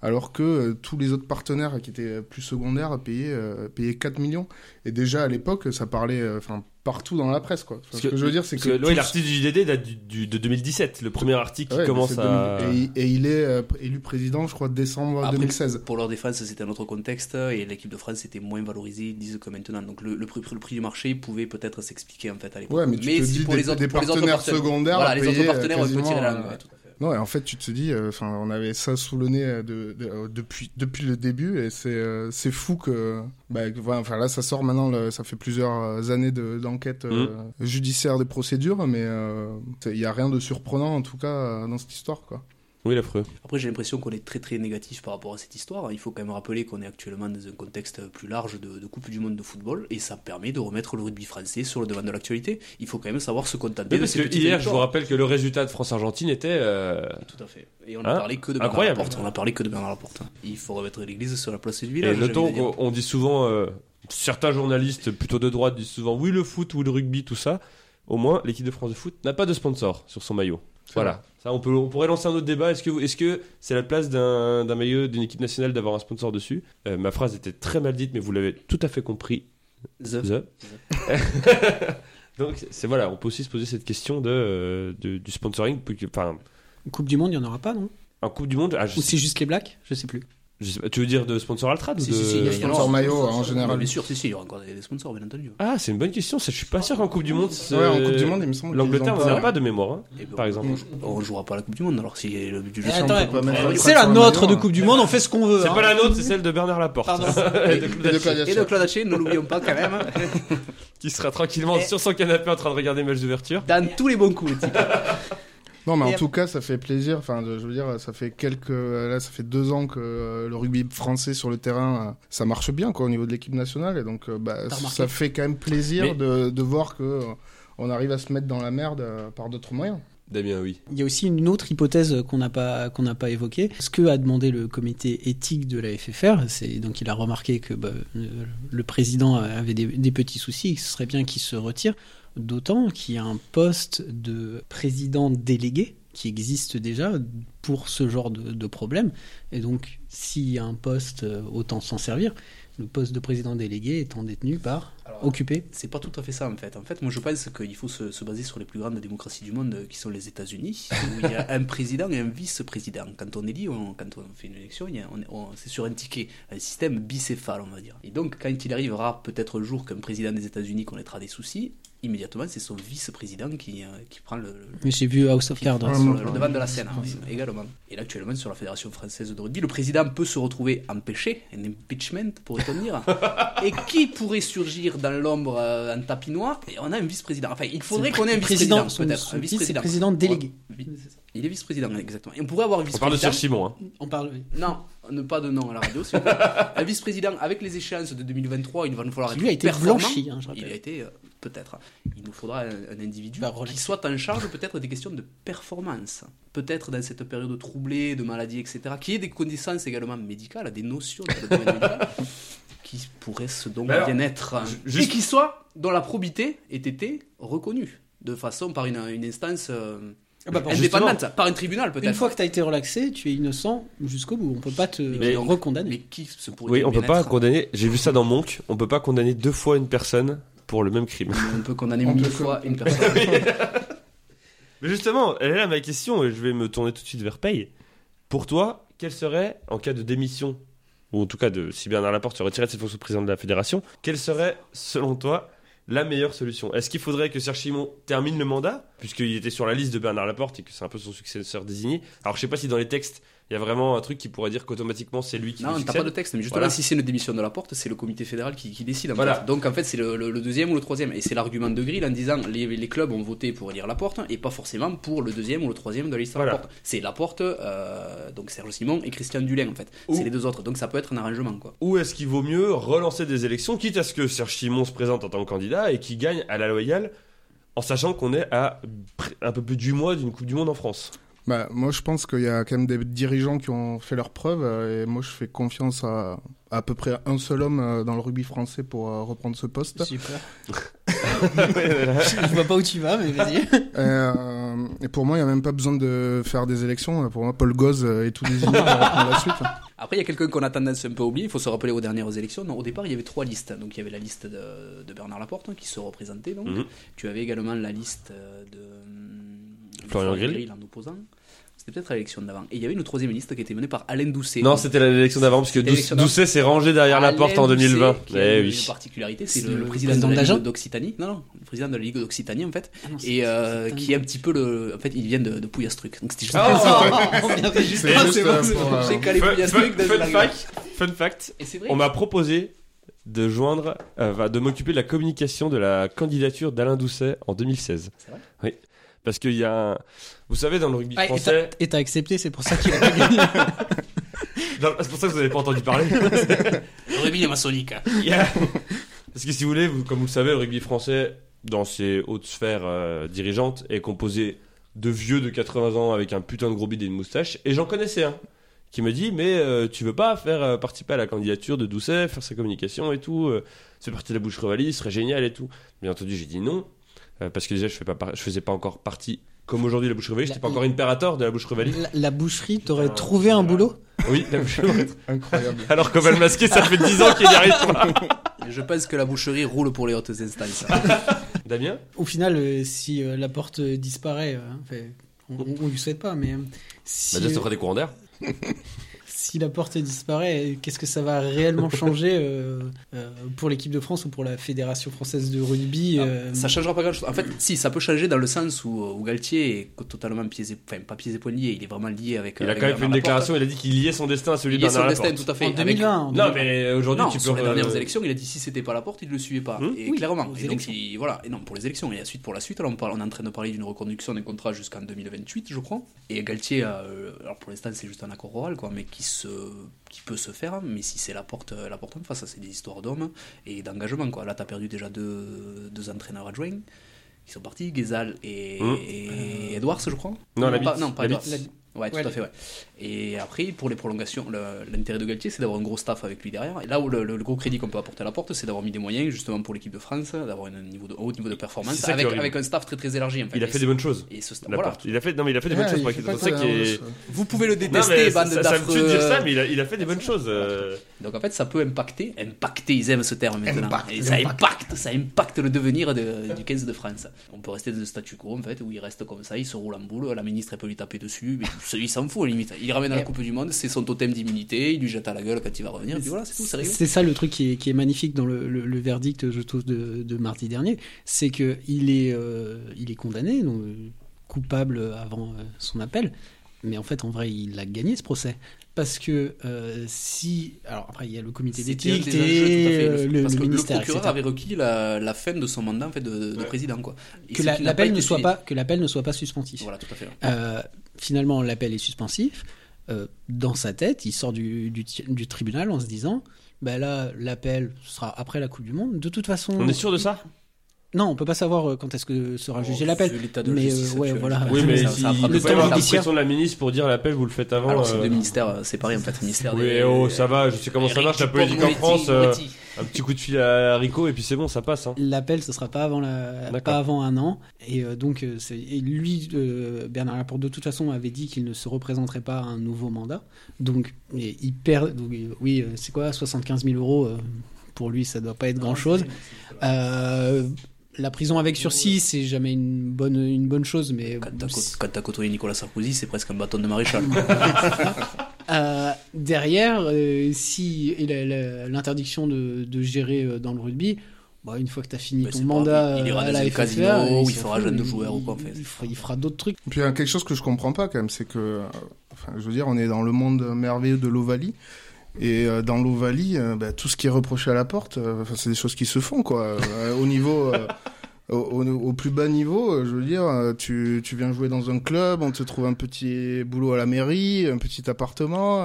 Speaker 3: alors que euh, tous les autres partenaires euh, qui étaient euh, plus secondaires payaient, euh, payaient 4 millions et déjà à l'époque ça parlait euh, enfin partout dans la presse quoi Enfin,
Speaker 5: Parce
Speaker 3: ce que,
Speaker 5: que-
Speaker 3: je veux dire c'est
Speaker 5: Parce
Speaker 3: que,
Speaker 5: que ouais,
Speaker 3: tous-
Speaker 5: l'article du JDD date du, du- de 2017, le premier article
Speaker 3: Ouais,
Speaker 5: qui commence
Speaker 3: c'est
Speaker 5: à.
Speaker 3: 2000. et, et il est euh, élu président je crois décembre
Speaker 4: Après,
Speaker 3: 2016
Speaker 4: Pour leur défense, c'était un autre contexte et l'équipe de France était moins valorisée, ils disent que maintenant. Donc le, le prix, le prix du marché pouvait peut-être s'expliquer en fait à l'époque.
Speaker 3: Ouais, mais tu te dis
Speaker 4: si pour
Speaker 3: des-
Speaker 4: les autres,
Speaker 3: des
Speaker 4: pour les autres
Speaker 3: partenaires
Speaker 4: partenaires-
Speaker 3: secondaires
Speaker 4: Voilà,
Speaker 3: à
Speaker 4: les autres
Speaker 3: payer,
Speaker 4: partenaires, on peut
Speaker 3: quasiment,
Speaker 4: tirer la langue.
Speaker 3: euh,
Speaker 4: ouais, tout à fait.
Speaker 3: Non, et en fait, tu te dis, euh, enfin, on avait ça sous le nez euh, de- de- euh, depuis, depuis le début, et c'est euh, c'est fou que, bah, que, voilà, enfin là, ça sort maintenant, le- ça fait plusieurs euh, années de- d'enquête euh, judiciaire des procédures, mais euh, c'est- il y a rien de surprenant en tout cas euh, dans cette histoire, quoi.
Speaker 5: Oui, l'affreux.
Speaker 4: Après, j'ai l'impression qu'on est très très négatif par rapport à cette histoire. hein. Il faut quand même rappeler qu'on est actuellement dans un contexte plus large de, de Coupe du Monde de football et ça permet de remettre le rugby français sur le devant de l'actualité. Il faut quand même savoir se contenter de
Speaker 5: parce
Speaker 4: ces
Speaker 5: que
Speaker 4: petites
Speaker 5: hier, je
Speaker 4: victoires.
Speaker 5: vous rappelle que le résultat de France-Argentine était. euh,
Speaker 4: Tout à fait. Et on
Speaker 5: Hein
Speaker 4: a parlé que de Bernard
Speaker 5: Incroyable.
Speaker 4: Laporte. On a parlé que de Bernard Laporte. hein. Il faut remettre l'église sur la place du
Speaker 5: Et
Speaker 4: village. j'ai
Speaker 5: notons
Speaker 4: envie de dire.
Speaker 5: qu'on on dit souvent, euh, certains journalistes plutôt de droite disent souvent oui le foot ou le rugby, tout ça. Au moins, l'équipe de France de foot n'a pas de sponsor sur son maillot. Voilà. Ça, on, peut, on pourrait lancer un autre débat. Est-ce que vous- est-ce que c'est -ce la place d'un d'un maillot d'une équipe nationale d'avoir un sponsor dessus Euh, Ma phrase était très mal dite, mais vous l'avez tout à fait compris.
Speaker 4: The-
Speaker 5: The. Donc, c'est voilà, on peut aussi se poser cette question de, euh, de- du sponsoring. puis que- Enfin,
Speaker 6: Coupe du Monde, il n'y en aura pas, non
Speaker 5: en Coupe du Monde, ah, je
Speaker 6: Ou
Speaker 5: sais-
Speaker 6: c'est juste les Blacks Je sais plus.
Speaker 5: je sais pas, tu veux dire de sponsor Altrad ou
Speaker 4: Si,
Speaker 5: de...
Speaker 4: si, si, il y a- il y a
Speaker 3: sponsor
Speaker 4: un-
Speaker 3: maillot,
Speaker 4: sponsor,
Speaker 3: en général.
Speaker 4: mais Bien sûr, si, si, il y aura encore des sponsors, bien entendu.
Speaker 5: Ah, c'est une bonne question. ça, Je suis pas sûr qu'en Coupe du Monde. c'est-
Speaker 3: Ouais, en Coupe du Monde, il me semble. qu'ils
Speaker 5: L'Angleterre
Speaker 3: ont
Speaker 5: n'en a pas de mémoire, hein,
Speaker 4: Et ben,
Speaker 5: par exemple.
Speaker 4: On jouera pas à la Coupe du Monde alors si le but du jeu
Speaker 6: Eh,
Speaker 3: Ah,
Speaker 4: c'est
Speaker 6: attends,
Speaker 4: un
Speaker 6: ouais.
Speaker 4: peu contre-
Speaker 3: Ouais, mais-
Speaker 6: C'est la
Speaker 3: sur la
Speaker 6: nôtre de
Speaker 4: hein.
Speaker 3: mesure.
Speaker 6: Coupe du Monde, on fait ce qu'on veut.
Speaker 5: C'est
Speaker 6: hein.
Speaker 5: pas la nôtre, c'est celle de Bernard Laporte.
Speaker 6: Pardon.
Speaker 5: Et de Claude
Speaker 3: Et de
Speaker 5: Haché,
Speaker 3: Claude
Speaker 4: Et
Speaker 3: Haché.
Speaker 4: le Claude Haché, ne l'oublions pas quand même.
Speaker 5: Qui sera tranquillement
Speaker 6: Et-
Speaker 5: sur son canapé en train de regarder le match d'ouverture.
Speaker 4: Dans tous les bons coups, le type.
Speaker 3: Non, mais
Speaker 6: Et-
Speaker 3: en tout cas, ça fait plaisir. Enfin, je veux dire, ça fait quelques, là, ça fait deux ans que euh, le rugby français sur le terrain, euh, ça marche bien, quoi, au niveau de l'équipe nationale. Et donc, euh, bah,
Speaker 6: T'as remarqué.
Speaker 3: ça fait quand même plaisir
Speaker 5: Mais-
Speaker 3: de, de voir que euh, on arrive à se mettre dans la merde euh, par d'autres moyens.
Speaker 5: Damien, oui.
Speaker 6: Il y a aussi une autre hypothèse qu'on n'a pas qu'on n'a pas évoquée. Ce que a demandé le comité éthique de la FFR, c'est donc il a remarqué que bah, euh, le président avait des, des petits soucis, que ce serait bien qu'il se retire. D'autant qu'il y a un poste de président délégué qui existe déjà pour ce genre de, de problème. Et donc s'il y a un poste, euh, autant s'en servir. Le poste de président délégué étant détenu par occupé.
Speaker 4: C'est pas tout à fait ça en fait. En fait, moi je pense qu'il faut se, se baser sur les plus grandes démocraties du monde euh, qui sont les États-Unis, où il y a un président et un vice-président. Quand on élit, on- quand on fait une élection, il y a- on- on- c'est sur un ticket, un système bicéphale, on va dire. Et donc, quand il arrivera peut-être le jour qu'un président des États-Unis connaîtra des soucis, immédiatement, c'est son vice-président qui, euh, qui prend le, le-
Speaker 6: Mais j'ai vu House of
Speaker 4: qui prend
Speaker 6: Cards. hein,
Speaker 3: Vraiment.
Speaker 4: sur le, le devant de la scène hein, oui, également. Et là, actuellement, sur la Fédération française de rugby, le président peut se retrouver empêché, un impeachment, pourrait-on dire. et qui pourrait surgir dans l'ombre euh, en tapis noir Et on a un vice-président. Enfin, il faudrait qu'on ait un vice-président,
Speaker 6: son-
Speaker 4: peut-être.
Speaker 6: son
Speaker 4: Un
Speaker 6: titre, c'est
Speaker 4: vice-président.
Speaker 6: président délégué.
Speaker 4: Ouais. Il est vice-président, exactement. Et on pourrait avoir un
Speaker 5: On parle de
Speaker 4: vice-président.
Speaker 5: Sir Simon. Hein.
Speaker 6: On parle.
Speaker 4: Non, ne pas de nom à la radio, s'il vous plaît. Un vice-président, avec les échéances de 2023, il va nous falloir
Speaker 6: Qui,
Speaker 4: être
Speaker 6: lui, a été
Speaker 4: performant.
Speaker 6: blanchi, hein, je rappelle.
Speaker 4: Il a été, euh, peut-être. Il nous faudra un, un individu
Speaker 6: Bah, relax.
Speaker 4: qui soit en charge peut-être des questions de performance. Peut-être dans cette période troublée, de maladie, etc. Qui ait des connaissances également médicales, des notions dans le domaine médical, qui pourraient se donner
Speaker 5: Mais alors,
Speaker 4: bien-être. hein.
Speaker 5: ju- juste-
Speaker 4: Et qui soit, dont la probité ait été reconnue. De façon, par une, une instance euh, indépendante, par un tribunal peut-être.
Speaker 6: Ah bah, Une fois que tu as été relaxé, tu es innocent jusqu'au bout. On peut pas te
Speaker 4: Mais- Mais
Speaker 6: recondamner.
Speaker 4: qui se pourrait
Speaker 5: Oui, on peut pas
Speaker 4: bien-être
Speaker 5: condamner. J'ai vu ça dans Monk. On peut pas condamner deux fois une personne pour le même crime.
Speaker 4: On peut condamner
Speaker 3: On
Speaker 4: mille
Speaker 3: peut
Speaker 4: fois une personne.
Speaker 5: Mais justement, elle est là ma question, et je vais me tourner tout de suite vers Paye. Pour toi, quelle serait, en cas de démission, ou en tout cas de si Bernard Laporte se retirait de ses fonctions de président de la fédération, quelle serait, selon toi, la meilleure solution Est-ce qu'il faudrait que Serge Simon termine le mandat, puisqu'il était sur la liste de Bernard Laporte et que c'est un peu son successeur désigné Alors je sais pas si dans les textes, il y a vraiment un truc qui pourrait dire qu'automatiquement c'est lui qui
Speaker 4: non,
Speaker 5: lui
Speaker 4: t'as
Speaker 5: succède.
Speaker 4: pas de texte, mais justement,
Speaker 5: Voilà.
Speaker 4: si c'est une démission de la porte, c'est le comité fédéral qui, qui décide. En
Speaker 5: Voilà.
Speaker 4: fait. Donc en fait, c'est le, le- le deuxième ou le troisième. Et c'est l'argument de Grill en disant les, les clubs ont voté pour élire la porte et pas forcément pour le deuxième ou le troisième de la liste de la
Speaker 5: Voilà.
Speaker 4: porte. C'est la porte, euh, donc Serge Simon et Christian Dulin en fait.
Speaker 5: Ou-
Speaker 4: C'est les deux autres. Donc ça peut être un arrangement quoi.
Speaker 5: Ou est-ce qu'il vaut mieux relancer des élections, quitte à ce que Serge Simon se présente en tant que candidat et qu'il gagne à la loyale, en sachant qu'on est à pr- un peu plus du mois d'une Coupe du Monde en France
Speaker 3: Bah, moi, je pense qu'il y a quand même des dirigeants qui ont fait leurs preuves. euh, Et moi, je fais confiance à à peu près un seul homme euh, dans le rugby français pour euh, reprendre ce poste.
Speaker 6: Super. Je vois pas où tu vas, mais vas-y.
Speaker 3: Euh, et pour moi, il n'y a même pas besoin de faire des élections. Pour moi, Paul Gauze euh, est tout désigné pour reprendre la suite.
Speaker 4: Après, il y a quelqu'un qu'on a tendance un peu à oublier. Il faut se rappeler aux dernières élections. Non, au départ, il y avait trois listes. Donc, il y avait la liste de, de Bernard Laporte hein, qui se représentait. Donc.
Speaker 5: Mhm.
Speaker 4: Tu avais également la liste euh, de hum,
Speaker 5: Florian Grill.
Speaker 4: en opposant. C'était peut-être à l'élection d'avant. Et il y avait une troisième liste qui était menée par Alain Doucet.
Speaker 5: Non, c'était l'élection d'avant, parce que
Speaker 4: C'était l'élection
Speaker 5: Douc- Doucet s'est rangé derrière la
Speaker 4: Alain
Speaker 5: porte en
Speaker 4: Doucet,
Speaker 5: 2020.
Speaker 4: qui a
Speaker 5: Eh
Speaker 4: une
Speaker 5: oui.
Speaker 4: particularité, c'est
Speaker 6: C'est
Speaker 4: le,
Speaker 6: le
Speaker 4: président,
Speaker 6: président Oh,
Speaker 4: de
Speaker 6: de
Speaker 4: la
Speaker 6: l'Agen
Speaker 4: Ligue d'Occitanie. Non, non, le président de la Ligue d'Occitanie en fait. Et euh, qui est un petit peu le. En fait, il vient de, de Pouillastruc. Donc, c'était juste.
Speaker 5: Ah,
Speaker 6: Oh,
Speaker 3: C'est
Speaker 4: Ah,
Speaker 3: juste,
Speaker 4: c'est bon,
Speaker 3: euh,
Speaker 4: c'est
Speaker 3: pour,
Speaker 4: bon.
Speaker 3: euh,
Speaker 4: J'ai calé
Speaker 5: Fun,
Speaker 4: Pouillastruc
Speaker 5: fun-
Speaker 4: dans
Speaker 5: fun
Speaker 4: la-
Speaker 5: fact, fun fact,
Speaker 4: Et c'est vrai.
Speaker 5: on m'a proposé de joindre, euh, va- de m'occuper de la communication de la candidature d'Alain Doucet en 2016.
Speaker 4: C'est vrai
Speaker 5: Oui. Parce qu'il y a un... Vous savez, dans le rugby
Speaker 6: Ouais, et
Speaker 5: français...
Speaker 6: t'as- et t'as accepté, c'est pour ça qu'il a pas gagné.
Speaker 5: Non, C'est pour ça que vous n'avez pas entendu parler.
Speaker 4: Le rugby est maçonnique. hein.
Speaker 5: Il y a- Parce que si vous voulez, vous- comme vous le savez, le rugby français, dans ses hautes sphères euh, dirigeantes, est composé de vieux de 80 ans avec un putain de gros bide et une moustache. Et j'en connaissais un qui me dit Mais euh, tu veux pas faire euh, participer à la candidature de Doucet, faire sa communication et tout euh, C'est parti de la bouche revalie, ce serait génial et tout. Bien entendu, j'ai dit non. euh, parce que déjà, je, fais pas par- je faisais pas encore partie, comme aujourd'hui, de la bouche revalie.
Speaker 6: La-
Speaker 5: J'étais pas encore impérateur de la bouche revalie.
Speaker 6: La, la boucherie, t'aurais
Speaker 5: Putain,
Speaker 6: trouvé un
Speaker 5: putain.
Speaker 6: boulot
Speaker 5: Oui, la bouche Revalie.
Speaker 3: Incroyable.
Speaker 5: Alors qu'Oval Masqué, ça fait 10 ans qu'il n'y arrive pas.
Speaker 4: Et Je pense que la boucherie roule pour les hautes instances.
Speaker 5: Damien
Speaker 6: Au final, euh, si euh, la porte euh, disparaît, euh, enfin, on, on- on lui souhaite pas, mais euh, si,
Speaker 5: Bah, déjà, ça
Speaker 6: euh,
Speaker 5: fera des courants d'air.
Speaker 6: si la porte disparaît, euh, qu'est-ce que ça va réellement changer euh, euh, pour l'équipe de France ou pour la Fédération française de rugby
Speaker 4: Ah,
Speaker 6: euh,
Speaker 4: Ça changera pas grand-chose. En fait, si, ça peut changer dans le sens où, euh, où Galtier est co- totalement pieds et, enfin, pas pieds et poings liés, Euh, il est vraiment lié avec.
Speaker 5: Il a
Speaker 4: avec
Speaker 5: quand même fait
Speaker 4: Bernard
Speaker 5: une
Speaker 4: Laporte.
Speaker 5: déclaration, il a dit qu'il liait son destin à celui
Speaker 4: Il
Speaker 5: de
Speaker 4: est sur
Speaker 5: Bernard
Speaker 4: le destin,
Speaker 5: Laporte.
Speaker 4: tout à fait.
Speaker 6: En
Speaker 4: avec-
Speaker 6: 2020, en
Speaker 5: Non,
Speaker 6: 2020.
Speaker 5: mais aujourd'hui,
Speaker 4: Non,
Speaker 5: tu peux.
Speaker 4: sur les dernières
Speaker 5: euh,
Speaker 4: élections, il a dit si c'était pas la porte, il le suivait pas.
Speaker 5: Hmm
Speaker 4: et
Speaker 6: Oui,
Speaker 4: clairement.
Speaker 6: aux
Speaker 4: Et donc,
Speaker 6: élections.
Speaker 4: il- voilà. Et non, pour les élections. Et ensuite, pour la suite, là, on, parle, on est en train de parler d'une reconduction d'un contrat jusqu'en 2028, je crois. Et Galtier, euh, alors pour l'instant, c'est juste un accord oral, quoi, mais qui, se, qui peut se faire. hein. Mais si c'est la porte, euh, la porte en face, ça, c'est des histoires d'hommes et d'engagement, quoi. Là, t'as perdu déjà deux, deux entraîneurs adjoints. qui sont partis, Guézal et,
Speaker 5: Hmm.
Speaker 4: et Edwards, je crois.
Speaker 5: Non, la
Speaker 4: pas,
Speaker 5: bite.
Speaker 4: non, pas
Speaker 5: La
Speaker 4: Edwards.
Speaker 5: bite.
Speaker 4: Ouais, tout
Speaker 6: Ouais,
Speaker 4: à
Speaker 6: la-
Speaker 4: fait, ouais. Et après, pour les prolongations, le- l'intérêt de Galtier, c'est d'avoir un gros staff avec lui derrière. Et là où le, le- le gros crédit qu'on peut apporter à la porte, c'est d'avoir mis des moyens justement pour l'équipe de France, d'avoir un niveau de, un haut niveau de
Speaker 5: C'est
Speaker 4: performance
Speaker 5: ça qui est
Speaker 4: avec,
Speaker 5: horrible.
Speaker 4: avec un staff très très élargi. en fait.
Speaker 5: Il a
Speaker 4: Et
Speaker 5: fait
Speaker 4: c'est-
Speaker 5: des bonnes choses.
Speaker 4: Et ce staff, voilà.
Speaker 5: Laporte. Il a fait, non, mais il a fait des
Speaker 3: Ah,
Speaker 5: bonnes choses
Speaker 3: il
Speaker 5: pour
Speaker 3: fait
Speaker 5: l'équipe de
Speaker 3: pas
Speaker 5: France.
Speaker 3: que
Speaker 5: ça qui
Speaker 3: la
Speaker 5: est-
Speaker 3: grosse.
Speaker 4: Vous pouvez le
Speaker 5: Non,
Speaker 4: détester,
Speaker 5: mais ça,
Speaker 4: bande
Speaker 5: ça, ça me tue de
Speaker 4: d'affreux.
Speaker 5: dire ça, mais il a, il a fait des bonnes choses. euh.
Speaker 4: Donc en fait, ça peut impacter, impacter, ils aiment ce terme maintenant.
Speaker 3: Impact,
Speaker 4: et ça
Speaker 3: impact.
Speaker 4: impacte, ça impacte le devenir de- du 15 de France. On peut rester dans le statu quo en fait, où il reste comme ça, il se roule en boule, la ministre elle peut lui taper dessus, mais il s'en fout à la limite. Il ramène à la
Speaker 6: Et-
Speaker 4: Coupe du Monde, c'est son totem d'immunité, il lui jette à la gueule quand il va revenir, et puis voilà, c'est tout, c'est réglé.
Speaker 6: C'est ça le truc qui est, qui est magnifique dans le, le- le verdict, je trouve, de, de mardi dernier, c'est que il est, euh, il est condamné, donc euh, coupable avant euh, son appel, mais en fait, en vrai, il a gagné ce procès. Parce que euh, si. Alors après, il y a le comité
Speaker 4: C'était un
Speaker 6: d'éthique
Speaker 4: des enjeux, tout à
Speaker 6: et
Speaker 4: fait,
Speaker 6: euh, le,
Speaker 4: parce
Speaker 6: le
Speaker 4: que
Speaker 6: ministère,
Speaker 4: le procureur
Speaker 6: etc.
Speaker 4: avait requis la, la fin de son mandat en fait, de, de président. Quoi. Et
Speaker 6: Que
Speaker 4: ce
Speaker 6: la-
Speaker 4: qui n'a pas
Speaker 6: l'appel
Speaker 4: été
Speaker 6: ne, soit
Speaker 4: suivi.
Speaker 6: pas- que l'appel ne soit pas suspensif.
Speaker 4: Voilà, tout à fait.
Speaker 6: Euh, finalement, l'appel est suspensif. Euh, dans sa tête, il sort du, du, ti- du tribunal en se disant bah là, l'appel sera après la Coupe du Monde. De toute façon.
Speaker 5: On est sûr de ça
Speaker 6: Non, on peut pas savoir euh, quand est-ce que sera
Speaker 5: Oh,
Speaker 6: jugé l'appel.
Speaker 4: Vu l'état de
Speaker 6: mais,
Speaker 4: justice
Speaker 6: euh, ouais,
Speaker 4: actuel,
Speaker 6: voilà.
Speaker 4: ça-
Speaker 5: Oui,
Speaker 6: Ah,
Speaker 5: mais
Speaker 4: ça-
Speaker 5: si-
Speaker 4: ça
Speaker 5: il
Speaker 4: frappe
Speaker 5: peut
Speaker 4: pas
Speaker 5: pas avoir
Speaker 4: mal.
Speaker 5: la
Speaker 6: judiciaire.
Speaker 5: pression de la ministre pour dire l'appel, vous le faites avant.
Speaker 4: Alors, c'est
Speaker 5: euh,
Speaker 4: deux ministères euh, séparés, en fait. Ministère
Speaker 5: Oui,
Speaker 4: des-
Speaker 5: oh, ça va, je sais comment ça
Speaker 4: Eric
Speaker 5: marche la politique en
Speaker 4: Dupond-Moretti,
Speaker 5: France. euh,
Speaker 4: Moretti.
Speaker 5: Un petit coup de fil à Rico et puis c'est bon, ça passe. hein.
Speaker 6: L'appel, ce sera pas avant, la,
Speaker 5: D'accord.
Speaker 6: pas avant un an. Et euh, donc, euh, c'est- et lui, euh, Bernard Laporte, de toute façon, avait dit qu'il ne se représenterait pas à un nouveau mandat. Donc, et il perd. donc, euh, oui, euh, c'est quoi 75 000 euros euh, Pour lui, ça doit pas être grand-chose. Euh, la prison avec sursis, c'est jamais une bonne, une bonne chose, mais.
Speaker 4: Quand t'as co- quand t'as côtoyé Nicolas Sarkozy, c'est presque un bâton de maréchal.
Speaker 3: Mm.
Speaker 6: Euh, derrière, euh, si et la- la- l'interdiction de, de gérer euh, dans le rugby, bah, une fois que tu as fini
Speaker 4: Mais
Speaker 6: ton
Speaker 4: c'est pas-
Speaker 6: mandat,
Speaker 4: il- il ira
Speaker 6: euh, à
Speaker 4: dans
Speaker 6: la
Speaker 4: un
Speaker 6: FFR,
Speaker 4: casino,
Speaker 6: euh,
Speaker 4: où il
Speaker 6: s'en
Speaker 4: fera
Speaker 6: fout,
Speaker 4: jeune de
Speaker 6: il-
Speaker 4: joueur ou quoi, en fait.
Speaker 6: Il, fera- il fera d'autres trucs.
Speaker 3: Puis il y a quelque chose que je comprends pas quand même, c'est que, euh, enfin, je veux dire, on est dans le monde merveilleux de l'Ovalie. Et euh, dans l'Ovalie, euh, bah, tout ce qui est reproché à la porte, euh, enfin, c'est des choses qui se font, quoi. Euh, au niveau, euh, au, au- au plus bas niveau, euh, je veux dire, euh, tu, tu viens jouer dans un club, on te trouve un petit boulot à la mairie, un petit appartement.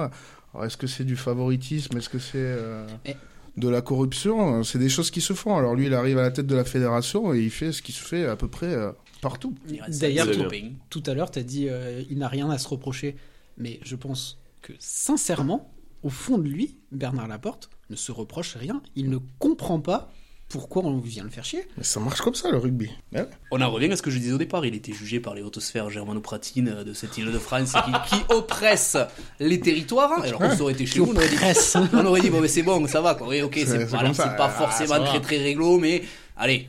Speaker 3: Alors, est-ce que c'est du favoritisme Est-ce que c'est euh,
Speaker 6: Mais-
Speaker 3: de la corruption C'est des choses qui se font. Alors lui, il arrive à la tête de la fédération et il fait ce qui se fait à peu près euh, partout.
Speaker 4: Il reste
Speaker 6: D'ailleurs,
Speaker 4: un
Speaker 5: tout-
Speaker 4: doping.
Speaker 6: Tout à l'heure, tu as dit euh, il n'a rien à se reprocher. Mais je pense que sincèrement, au fond de lui, Bernard Laporte ne se reproche rien. Il ne comprend pas pourquoi on vient le faire chier.
Speaker 3: Mais ça marche comme ça, le rugby. Ben Ouais.
Speaker 4: On en revient à ce que je disais au départ, il était jugé par les hautes sphères germanopratines euh, de cette île de France qui, qui oppressent les territoires. Alors qu'on aurait été chez nous, on aurait dit, on aurait dit, bon, mais c'est bon, ça va, quoi. Oui, ok,
Speaker 3: C'est-
Speaker 4: c'est
Speaker 3: c'est
Speaker 4: voilà,
Speaker 3: comme ça.
Speaker 4: c'est pas
Speaker 3: Ah, ça
Speaker 4: forcément
Speaker 3: va.
Speaker 4: très très réglo, mais allez,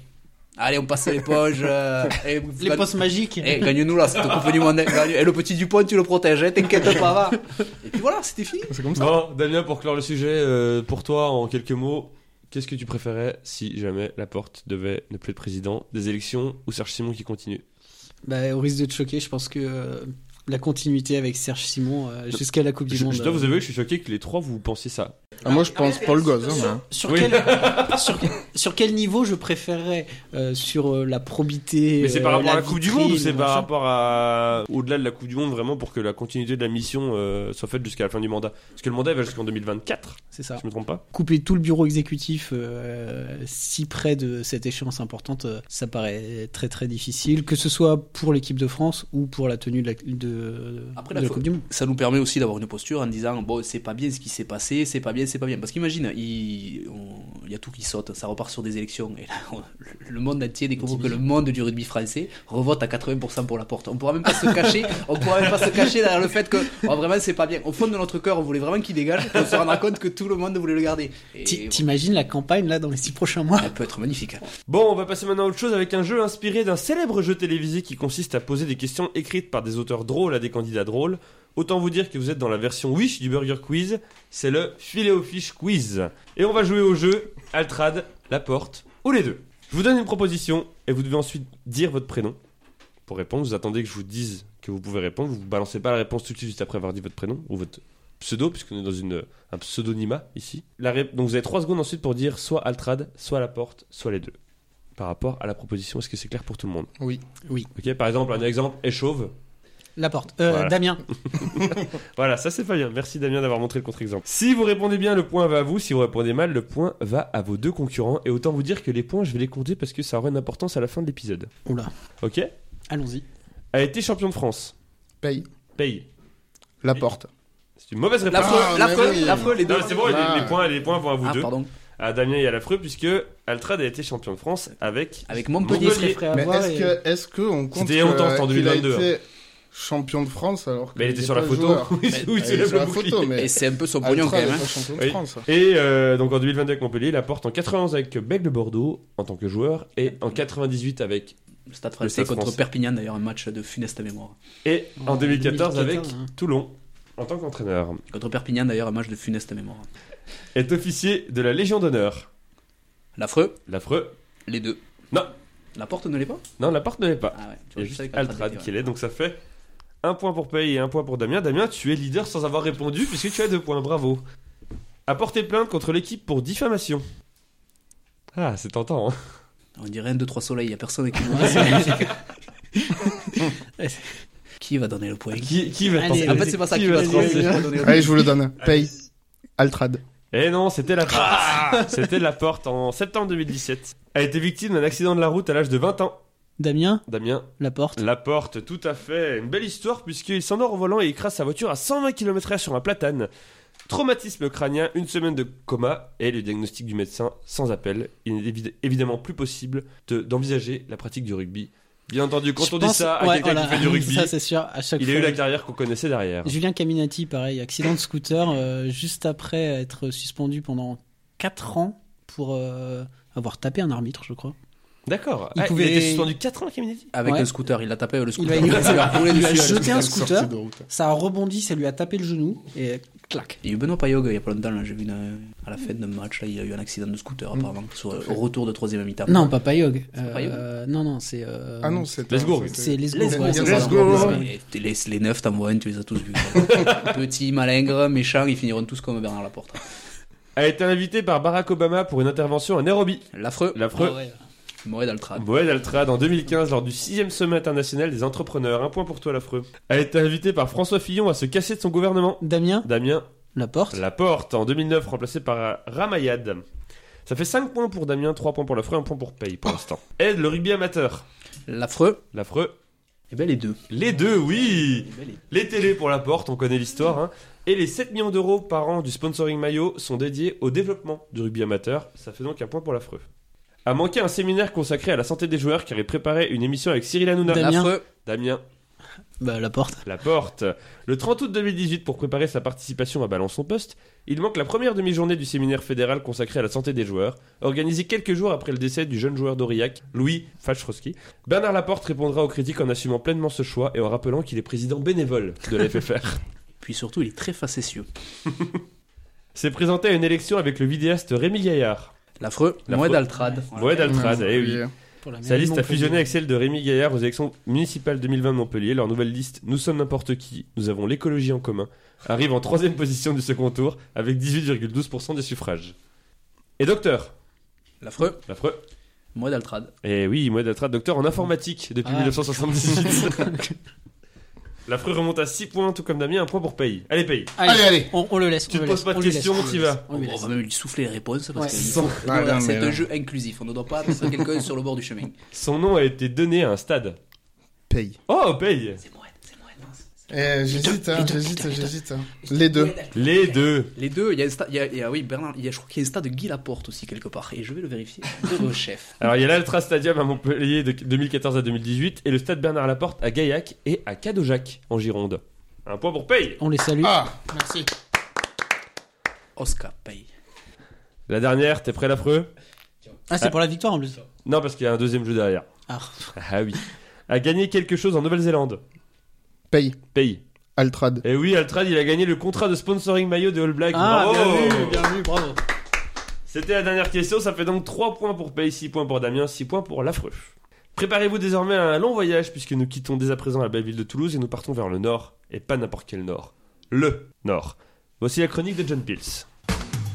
Speaker 4: allez, on passe les poches. euh, et,
Speaker 6: Les postes magiques.
Speaker 4: Eh, gagne-nous là, cette coupe du monde. gagne- Et le petit Dupont, tu le protèges, hein, t'inquiète pas, va. Et puis voilà, c'était fini.
Speaker 3: C'est comme ça.
Speaker 5: Bon, Damien, pour clore le sujet, euh, pour toi, en quelques mots, qu'est-ce que tu préférais si jamais Laporte devait ne plus être président des élections ou Serge Simon qui continue
Speaker 6: Bah, au risque de te choquer, je pense que euh, la continuité avec Serge Simon euh, jusqu'à la Coupe du
Speaker 5: je,
Speaker 6: Monde.
Speaker 5: je dois
Speaker 6: euh,
Speaker 5: vous avouer que je suis choqué que les trois vous pensiez ça.
Speaker 3: Ah, moi, je pense Paul Goz. hein, moi.
Speaker 6: Sur,
Speaker 5: Oui.
Speaker 6: quel, sur, sur quel niveau je préférerais euh, Sur euh, la probité.
Speaker 5: Mais c'est par
Speaker 6: euh,
Speaker 5: rapport à la Coupe du Monde ou
Speaker 6: vitrine,
Speaker 5: c'est par
Speaker 6: machin
Speaker 5: rapport à. Au-delà de la Coupe du Monde, vraiment pour que la continuité de la mission euh, soit faite jusqu'à la fin du mandat Parce que le mandat il va jusqu'en 2024,
Speaker 6: C'est ça.
Speaker 5: si je me trompe pas.
Speaker 6: Couper tout le bureau exécutif euh, si près de cette échéance importante, euh, ça paraît très très difficile, que ce soit pour l'équipe de France ou pour la tenue de la, de,
Speaker 4: Après,
Speaker 6: de
Speaker 4: la
Speaker 6: la
Speaker 4: fois-
Speaker 6: Coupe du Monde.
Speaker 4: ça nous permet aussi d'avoir une posture en disant bon c'est pas bien ce qui s'est passé c'est pas bien c'est pas bien parce qu'imagine il on- il y a tout qui saute ça repart sur des élections et là, on- le monde entier découvre que le monde du rugby français revote à 80% pour la porte on pourra même pas se cacher on pourra même pas se cacher derrière le fait que oh, vraiment c'est pas bien au fond de notre cœur on voulait vraiment qu'il dégage on se rendra compte que tout le monde voulait le garder Et
Speaker 6: Ti-
Speaker 4: bon,
Speaker 6: T'imagines la campagne là dans les six prochains mois
Speaker 4: elle peut être magnifique
Speaker 5: Bon, on va passer maintenant à autre chose avec un jeu inspiré d'un célèbre jeu télévisé qui consiste à poser des questions écrites par des auteurs drôles à des candidats drôles. Autant vous dire que vous êtes dans la version Wish du Burger Quiz, c'est le filet au fish quiz. Et on va jouer au jeu Altrad, La Porte ou les deux. Je vous donne une proposition et vous devez ensuite dire votre prénom. Pour répondre, vous attendez que je vous dise que vous pouvez répondre, vous ne balancez pas la réponse tout de suite juste après avoir dit votre prénom ou votre pseudo, puisqu'on est dans une, un pseudonymat ici. La ré- Donc vous avez 3 secondes ensuite pour dire soit Altrad, soit La Porte, soit les deux par rapport à la proposition. Est-ce que c'est clair pour tout le monde
Speaker 3: Oui.
Speaker 6: Oui.
Speaker 5: Ok, par exemple, un exemple est chauve.
Speaker 6: La porte. Euh,
Speaker 5: Voilà.
Speaker 6: Damien.
Speaker 5: Voilà, ça c'est pas bien. Merci Damien d'avoir montré le contre-exemple. Si vous répondez bien, le point va à vous. Si vous répondez mal, le point va à vos deux concurrents. Et autant vous dire que les points, je vais les compter parce que ça aura une importance à la fin de l'épisode.
Speaker 6: Oula.
Speaker 5: Ok
Speaker 6: Allons-y.
Speaker 5: A été champion de France.
Speaker 3: Paye.
Speaker 5: Paye.
Speaker 3: La porte.
Speaker 5: C'est une mauvaise réponse.
Speaker 3: mais
Speaker 4: l'affreux l'affreux
Speaker 3: oui.
Speaker 4: l'affreux les deux
Speaker 5: Non, c'est bon,
Speaker 3: Ah.
Speaker 5: les, les points, les points vont à vous
Speaker 4: ah
Speaker 5: deux.
Speaker 4: pardon
Speaker 5: À Damien et à l'affreux, puisque Altrad a été champion de France avec.
Speaker 4: avec Montpellier
Speaker 5: Montpellier.
Speaker 3: Mais est-ce que, est-ce que on compte
Speaker 5: C'était il y a longtemps,
Speaker 3: que-
Speaker 5: c'était en
Speaker 3: qu'il a
Speaker 5: 2022,
Speaker 3: été champion de France alors que
Speaker 5: hein. Mais il était
Speaker 3: est
Speaker 5: sur la
Speaker 3: pas
Speaker 5: photo.
Speaker 3: joueur.
Speaker 5: où il- où il
Speaker 3: Ah,
Speaker 5: se
Speaker 3: il est
Speaker 5: lève
Speaker 3: sur
Speaker 5: le
Speaker 3: la
Speaker 5: bouclier.
Speaker 3: photo, mais
Speaker 4: et c'est un peu son
Speaker 3: Altra
Speaker 4: pognon quand
Speaker 3: n'est
Speaker 4: même hein.
Speaker 3: pas champion de
Speaker 5: Oui.
Speaker 3: France.
Speaker 5: Et euh, donc en 2022 avec Montpellier, Laporte en 91 avec Bègle Bordeaux en tant que joueur et en 98 avec
Speaker 4: Le Stade
Speaker 5: Le
Speaker 4: français
Speaker 5: Stade
Speaker 4: contre
Speaker 5: français.
Speaker 4: Perpignan, d'ailleurs, un match de funeste mémoire.
Speaker 5: Et en
Speaker 6: Ouais,
Speaker 5: 2014,
Speaker 6: 2014,
Speaker 5: avec
Speaker 6: hein.
Speaker 5: Toulon en tant qu'entraîneur.
Speaker 4: Contre Perpignan, d'ailleurs, un match de funeste mémoire.
Speaker 5: Est officier de la Légion d'honneur.
Speaker 4: L'affreux,
Speaker 5: L'affreux.
Speaker 4: les deux.
Speaker 5: Non.
Speaker 4: La porte ne l'est pas
Speaker 5: Non, la porte ne l'est pas.
Speaker 4: Ah ouais, tu
Speaker 5: Il y a
Speaker 4: vois,
Speaker 5: juste
Speaker 4: juste avec
Speaker 5: Altrad
Speaker 4: Altrad,
Speaker 5: qui
Speaker 4: ouais.
Speaker 5: l'est, donc ça fait un point pour Paye et un point pour Damien. Damien, tu es leader sans avoir répondu puisque tu as deux points, bravo. A porté plainte contre l'équipe pour diffamation. Ah, c'est tentant, hein.
Speaker 4: On dirait un, deux, trois soleils, il n'y a personne qui nous dit, c'est magnifique. Qui va donner le point
Speaker 5: Qui, qui va
Speaker 6: Allez,
Speaker 5: penser
Speaker 4: En fait, c'est pas ça
Speaker 5: Qui
Speaker 4: qui
Speaker 5: va
Speaker 4: va
Speaker 5: penser
Speaker 4: donner le point.
Speaker 3: Allez, je vous le donne. Paye. Altrad.
Speaker 5: Eh non, c'était la porte. C'était la porte en septembre 2017. A été victime d'un accident de la route à l'âge de 20 ans.
Speaker 6: Damien,
Speaker 5: Damien
Speaker 6: la porte.
Speaker 5: Laporte, tout à fait. Une belle histoire puisqu'il s'endort au volant et écrase sa voiture à 120 km/h sur un platane. Traumatisme crânien, une semaine de coma et le diagnostic du médecin sans appel. Il n'est évi- évidemment plus possible de- d'envisager la pratique du rugby. Bien entendu, quand
Speaker 6: Je
Speaker 5: on
Speaker 6: pense-
Speaker 5: dit ça à
Speaker 6: ouais,
Speaker 5: quelqu'un
Speaker 6: voilà,
Speaker 5: qui fait du rugby,
Speaker 6: Ça, c'est sûr, à chaque
Speaker 5: il a
Speaker 6: fois.
Speaker 5: eu la carrière qu'on connaissait derrière.
Speaker 6: Julien Caminati, pareil, accident de scooter, euh, juste après être suspendu pendant 4 ans pour euh, avoir tapé un arbitre, je crois.
Speaker 5: D'accord.
Speaker 6: Il
Speaker 5: Ah,
Speaker 6: pouvait-
Speaker 5: était suspendu 4 ans, Kamenetti
Speaker 4: Avec
Speaker 6: Ouais.
Speaker 4: un scooter, il l'a tapé avec le scooter.
Speaker 6: Il va-
Speaker 4: Il a roulé
Speaker 6: Il lui a
Speaker 4: dessus, elle.
Speaker 6: jeté un scooter,
Speaker 3: Sortie de route.
Speaker 6: ça a rebondi, ça lui a tapé le genou, et clac.
Speaker 4: Il y a eu Benoît Payog il y a pas longtemps, là, j'ai vu une- à la fin d'un match, là, il y a eu un accident de scooter apparemment, sur- au retour de troisième mi-temps.
Speaker 6: Mm. Non, pas Payog.
Speaker 4: pas Payog
Speaker 6: Euh, non, non, c'est. euh,
Speaker 3: Ah non, c'est.
Speaker 5: Let's go.
Speaker 6: C'est les
Speaker 3: Let's
Speaker 6: secondes,
Speaker 3: go,
Speaker 6: ouais, c'est
Speaker 3: let's
Speaker 6: ça.
Speaker 3: go.
Speaker 4: Et t'es- Les, les neuf, t'en vois un, tu les as tous vus. Petit, malingre, méchant, ils finiront tous comme Bernard Laporte.
Speaker 5: A été invité par Barack Obama pour une intervention à Nairobi.
Speaker 4: L'affreux,
Speaker 5: L'affreux
Speaker 6: Ah ouais.
Speaker 4: Moed Altrad.
Speaker 5: Moed Altrad en 2015 lors du 6 sommet international des entrepreneurs. Un point pour toi, l'affreux. A été invité par François Fillon à se casser de son gouvernement.
Speaker 6: Damien,
Speaker 5: Damien
Speaker 6: la porte.
Speaker 5: Laporte en 2009 remplacé par Ramayad. Ça fait 5 points pour Damien, 3 points pour l'affreux, 1 point pour Paye pour l'instant. Aide le rugby amateur.
Speaker 4: L'affreux,
Speaker 5: L'affreux.
Speaker 4: et ben les deux.
Speaker 5: Les deux, oui
Speaker 4: Eh ben, les-
Speaker 5: Les télés pour Laporte, on connaît l'histoire. hein. Et les 7 millions d'euros par an du sponsoring maillot sont dédiés au développement du rugby amateur. Ça fait donc un point pour l'affreux. A manqué un séminaire consacré à la santé des joueurs qui avait préparé une émission avec Cyril Hanouna.
Speaker 6: Damien.
Speaker 4: L'affreux,
Speaker 5: Damien
Speaker 6: Bah, la porte.
Speaker 5: Laporte. Le 30 août 2018, pour préparer sa participation à Balance son poste, il manque la première demi-journée du séminaire fédéral consacré à la santé des joueurs, organisé quelques jours après le décès du jeune joueur d'Aurillac, Louis Fachrowski. Bernard Laporte répondra aux critiques en assumant pleinement ce choix et en rappelant qu'il est président bénévole de la FFR.
Speaker 4: puis surtout, il est très facétieux.
Speaker 5: S'est présenté à une élection avec le vidéaste Rémi Gaillard.
Speaker 4: L'affreux,
Speaker 5: L'affreux.
Speaker 4: Moed Altrad.
Speaker 5: Moed Altrad,
Speaker 3: Mmh.
Speaker 5: eh oui.
Speaker 6: Pour la
Speaker 5: Sa
Speaker 6: mairie de
Speaker 5: liste a
Speaker 6: Montpellier.
Speaker 5: fusionné avec celle de Rémi Gaillard aux élections municipales 2020 de Montpellier. Leur nouvelle liste, Nous sommes n'importe qui, nous avons l'écologie en commun, arrive en troisième position du second tour avec 18,12% des suffrages. Et docteur
Speaker 4: L'affreux,
Speaker 5: L'affreux
Speaker 4: Moed Altrad.
Speaker 5: Eh oui, moi d'être docteur en informatique depuis
Speaker 6: Ah.
Speaker 5: 1978. L'affreux remonte à 6 points, tout comme Damien, un point pour Paye. Allez, Paye
Speaker 3: Allez, allez.
Speaker 6: On, on le laisse.
Speaker 5: Tu
Speaker 6: on
Speaker 5: te
Speaker 6: le
Speaker 5: poses
Speaker 6: laisse,
Speaker 5: pas de
Speaker 6: on le
Speaker 5: questions,
Speaker 6: laisse, on
Speaker 5: t'y
Speaker 6: le
Speaker 5: vas.
Speaker 6: laisse, on
Speaker 4: On
Speaker 6: le laisse.
Speaker 4: va même lui souffler les réponses parce
Speaker 6: Ouais.
Speaker 4: qu'il
Speaker 5: Son-
Speaker 4: faut.
Speaker 3: Ah, non, mais
Speaker 4: c'est
Speaker 3: là.
Speaker 4: un jeu inclusif, on ne doit pas laisser quelqu'un sur le bord du chemin.
Speaker 5: Son nom a été donné à un stade.
Speaker 3: Paye.
Speaker 5: Oh, Paye
Speaker 4: C'est Moed, c'est Moed.
Speaker 3: Eh, j'hésite, hein,
Speaker 4: Les deux, les
Speaker 3: j'hésite,
Speaker 4: deux, les deux.
Speaker 3: j'hésite. hein. Les deux.
Speaker 5: Les deux
Speaker 4: Les deux, il y a un stade, il y a- il y a- oui, Bernard, il y a, je crois qu'il y a un stade de Guy Laporte aussi quelque part, et je vais le vérifier. Heureux chef.
Speaker 5: Alors, il y a l'Altra Stadium à Montpellier de 2014 à 2018 et le stade Bernard Laporte à Gaillac et à Cadojac en Gironde. Un point pour Paye
Speaker 6: On les salue.
Speaker 3: Ah,
Speaker 4: Oscar Paye.
Speaker 5: La dernière, t'es prêt, l'affreux
Speaker 6: Ah, c'est pour la victoire en plus.
Speaker 5: Non, parce qu'il y a un deuxième jeu derrière.
Speaker 6: Ah.
Speaker 5: Ah oui. A gagné quelque chose en Nouvelle-Zélande.
Speaker 3: paye.
Speaker 5: Pays.
Speaker 3: Altrad.
Speaker 5: Et oui, Altrad, il a gagné le contrat de sponsoring maillot de All Black.
Speaker 6: Ah,
Speaker 5: Bravo
Speaker 6: bien vu, bien vu, bravo.
Speaker 5: C'était la dernière question, ça fait donc 3 points pour Pays, 6 points pour Damien, 6 points pour l'affreux. Préparez-vous désormais à un long voyage puisque nous quittons dès à présent la belle ville de Toulouse et nous partons vers le nord, et pas n'importe quel nord. Le nord. Voici la chronique de John Pills.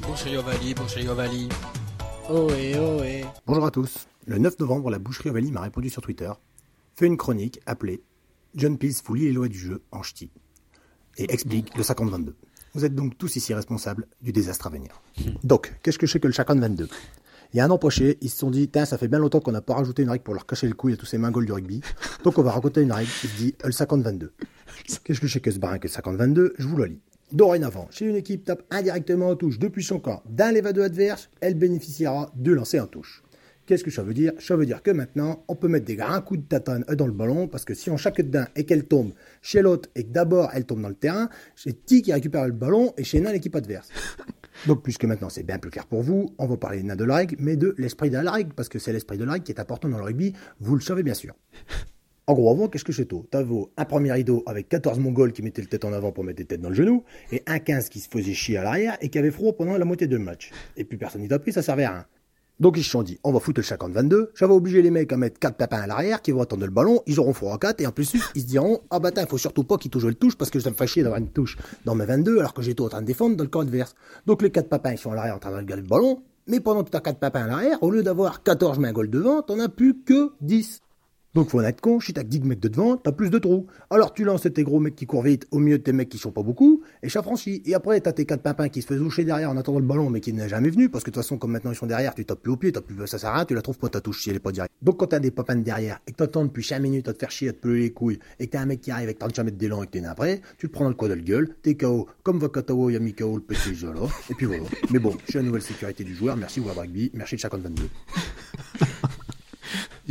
Speaker 1: Boucher Ovali, Boucher Ovali,
Speaker 6: Oh,
Speaker 2: ohé, ohé.
Speaker 7: Bonjour à tous. Le 9 novembre, la boucherie Ovalie m'a répondu sur Twitter. Fait une chronique appelée John Peace vous lit les lois du jeu en ch'ti et explique le 50-22. Vous êtes donc tous ici responsables du désastre à venir. Donc, qu'est-ce que c'est que le 50-22 Il y a un an poché, ils se sont dit, Tain, ça fait bien longtemps qu'on n'a pas rajouté une règle pour leur cacher le couille à tous ces mingoles du rugby, donc on va rajouter une règle qui se dit le 50-22. Qu'est-ce que c'est que ce barin que le 50-22 Je vous le lis. Dorénavant, si une équipe tape indirectement en touche depuis son camp d'un lévado adverse, elle bénéficiera de lancer en touche. Qu'est-ce que ça veut dire Ça veut dire que maintenant, on peut mettre des grains coups de tatane dans le ballon, parce que si on chaque d'un et qu'elle tombe chez l'autre, et que d'abord elle tombe dans le terrain, c'est qui qui récupère le ballon et chez l'un l'équipe adverse. Donc, puisque maintenant c'est bien plus clair pour vous, on va parler non de la règle, mais de l'esprit de la règle, parce que c'est l'esprit de la règle qui est important dans le rugby, vous le savez bien sûr. En gros, avant, qu'est-ce que c'est tôt T'avais un premier rideau avec 14 Mongols qui mettaient le tête en avant pour mettre les têtes dans le genou, et un 15 qui se faisait chier à l'arrière et qui avait froid pendant la moitié de match. Et puis personne n'y tapait, ça servait à rien. Donc ils se sont dit, on va foutre le 50-22, ça va obliger les mecs à mettre 4 tapins à l'arrière qui vont attendre le ballon, ils auront froid à 4, et en plus ils se diront, ah bah il faut surtout pas qu'ils touchent le touche parce que ça me fait chier d'avoir une touche dans mes 22 alors que j'étais en train de défendre dans le camp adverse. Donc les 4 papins ils sont à l'arrière en train de regarder le ballon, mais pendant que t'as 4 papins à l'arrière, au lieu d'avoir 14 goal devant, t'en as plus que 10. Donc faut en être con, si t'as que 10 mecs de devant, t'as plus de trous. Alors tu lances tes gros mecs qui courent vite au milieu de tes mecs qui sont pas beaucoup, et j'affranchis. Et après t'as tes quatre papins qui se faisaient zoucher derrière en attendant le ballon, mais qui n'est jamais venu, parce que de toute façon comme maintenant ils sont derrière, tu tapes plus au pied, t'as plus ça sert à rien, tu la trouves pas ta touche si elle est pas directe. Donc quand t'as des papins derrière, et que t'attends depuis 5 minutes à te faire chier, à te peler les couilles, et que t'as un mec qui arrive avec 30 mètres d'élan et que t'es après, tu le prends dans le coin de la gueule, t'es KO, comme Vakatawa Yami KO le petit Zola, et puis voilà. Mais bon, c'est la nouvelle sécurité du joueur, merci World Rugby, merci le 52.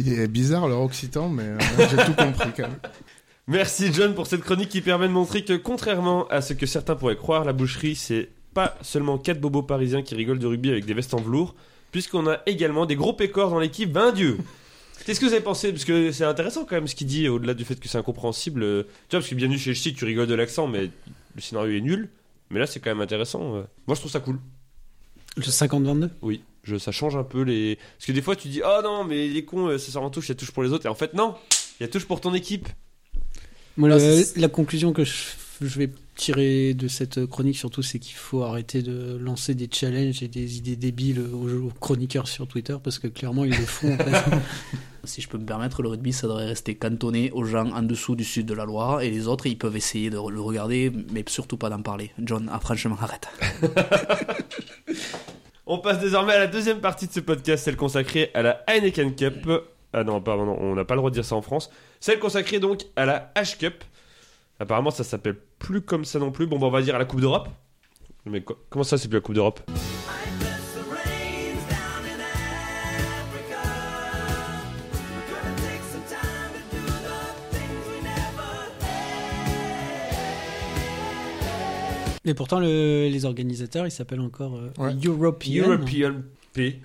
Speaker 3: Il est bizarre leur occitan, mais euh, j'ai tout compris quand même.
Speaker 5: Merci John pour cette chronique qui permet de montrer que contrairement à ce que certains pourraient croire, la boucherie c'est pas seulement quatre bobos parisiens qui rigolent de rugby avec des vestes en velours, puisqu'on a également des gros pécores dans l'équipe, ben Dieu Qu'est-ce que vous avez pensé Parce que c'est intéressant quand même ce qu'il dit, au-delà du fait que c'est incompréhensible. euh, Tu vois, parce que bienvenue chez Chelsea, tu rigoles de l'accent, mais le scénario est nul. Mais là, c'est quand même intéressant. euh. Moi, je trouve ça cool.
Speaker 6: Le 50-22
Speaker 5: Oui, je, ça change un peu les. Parce que des fois, tu dis, oh non, mais les cons, euh, ça sort en touche, il y a touche pour les autres. Et en fait, non, il y a touche pour ton équipe.
Speaker 6: Moi,
Speaker 5: Ah,
Speaker 6: le-
Speaker 5: c'est-
Speaker 6: la conclusion que je, je vais tirer de cette chronique surtout, c'est qu'il faut arrêter de lancer des challenges et des idées débiles aux, aux chroniqueurs sur Twitter parce que clairement ils le font. en fait.
Speaker 4: Si je peux me permettre, le rugby, ça devrait rester cantonné aux gens en dessous du sud de la Loire et les autres, ils peuvent essayer de re- le regarder, mais surtout pas d'en parler. John, ah, franchement, arrête.
Speaker 5: On passe désormais à la deuxième partie de ce podcast, celle consacrée à la Heineken Cup. Ah non, pardon, non, on n'a pas le droit de dire ça en France. Celle consacrée donc à la H-Cup. Apparemment, ça s'appelle plus comme ça non plus. Bon, bah, on va dire à la Coupe d'Europe. Mais quoi- comment ça, c'est plus la Coupe d'Europe
Speaker 6: Mais pourtant le- les organisateurs ils s'appellent encore euh,
Speaker 3: Ouais.
Speaker 6: European,
Speaker 5: European P.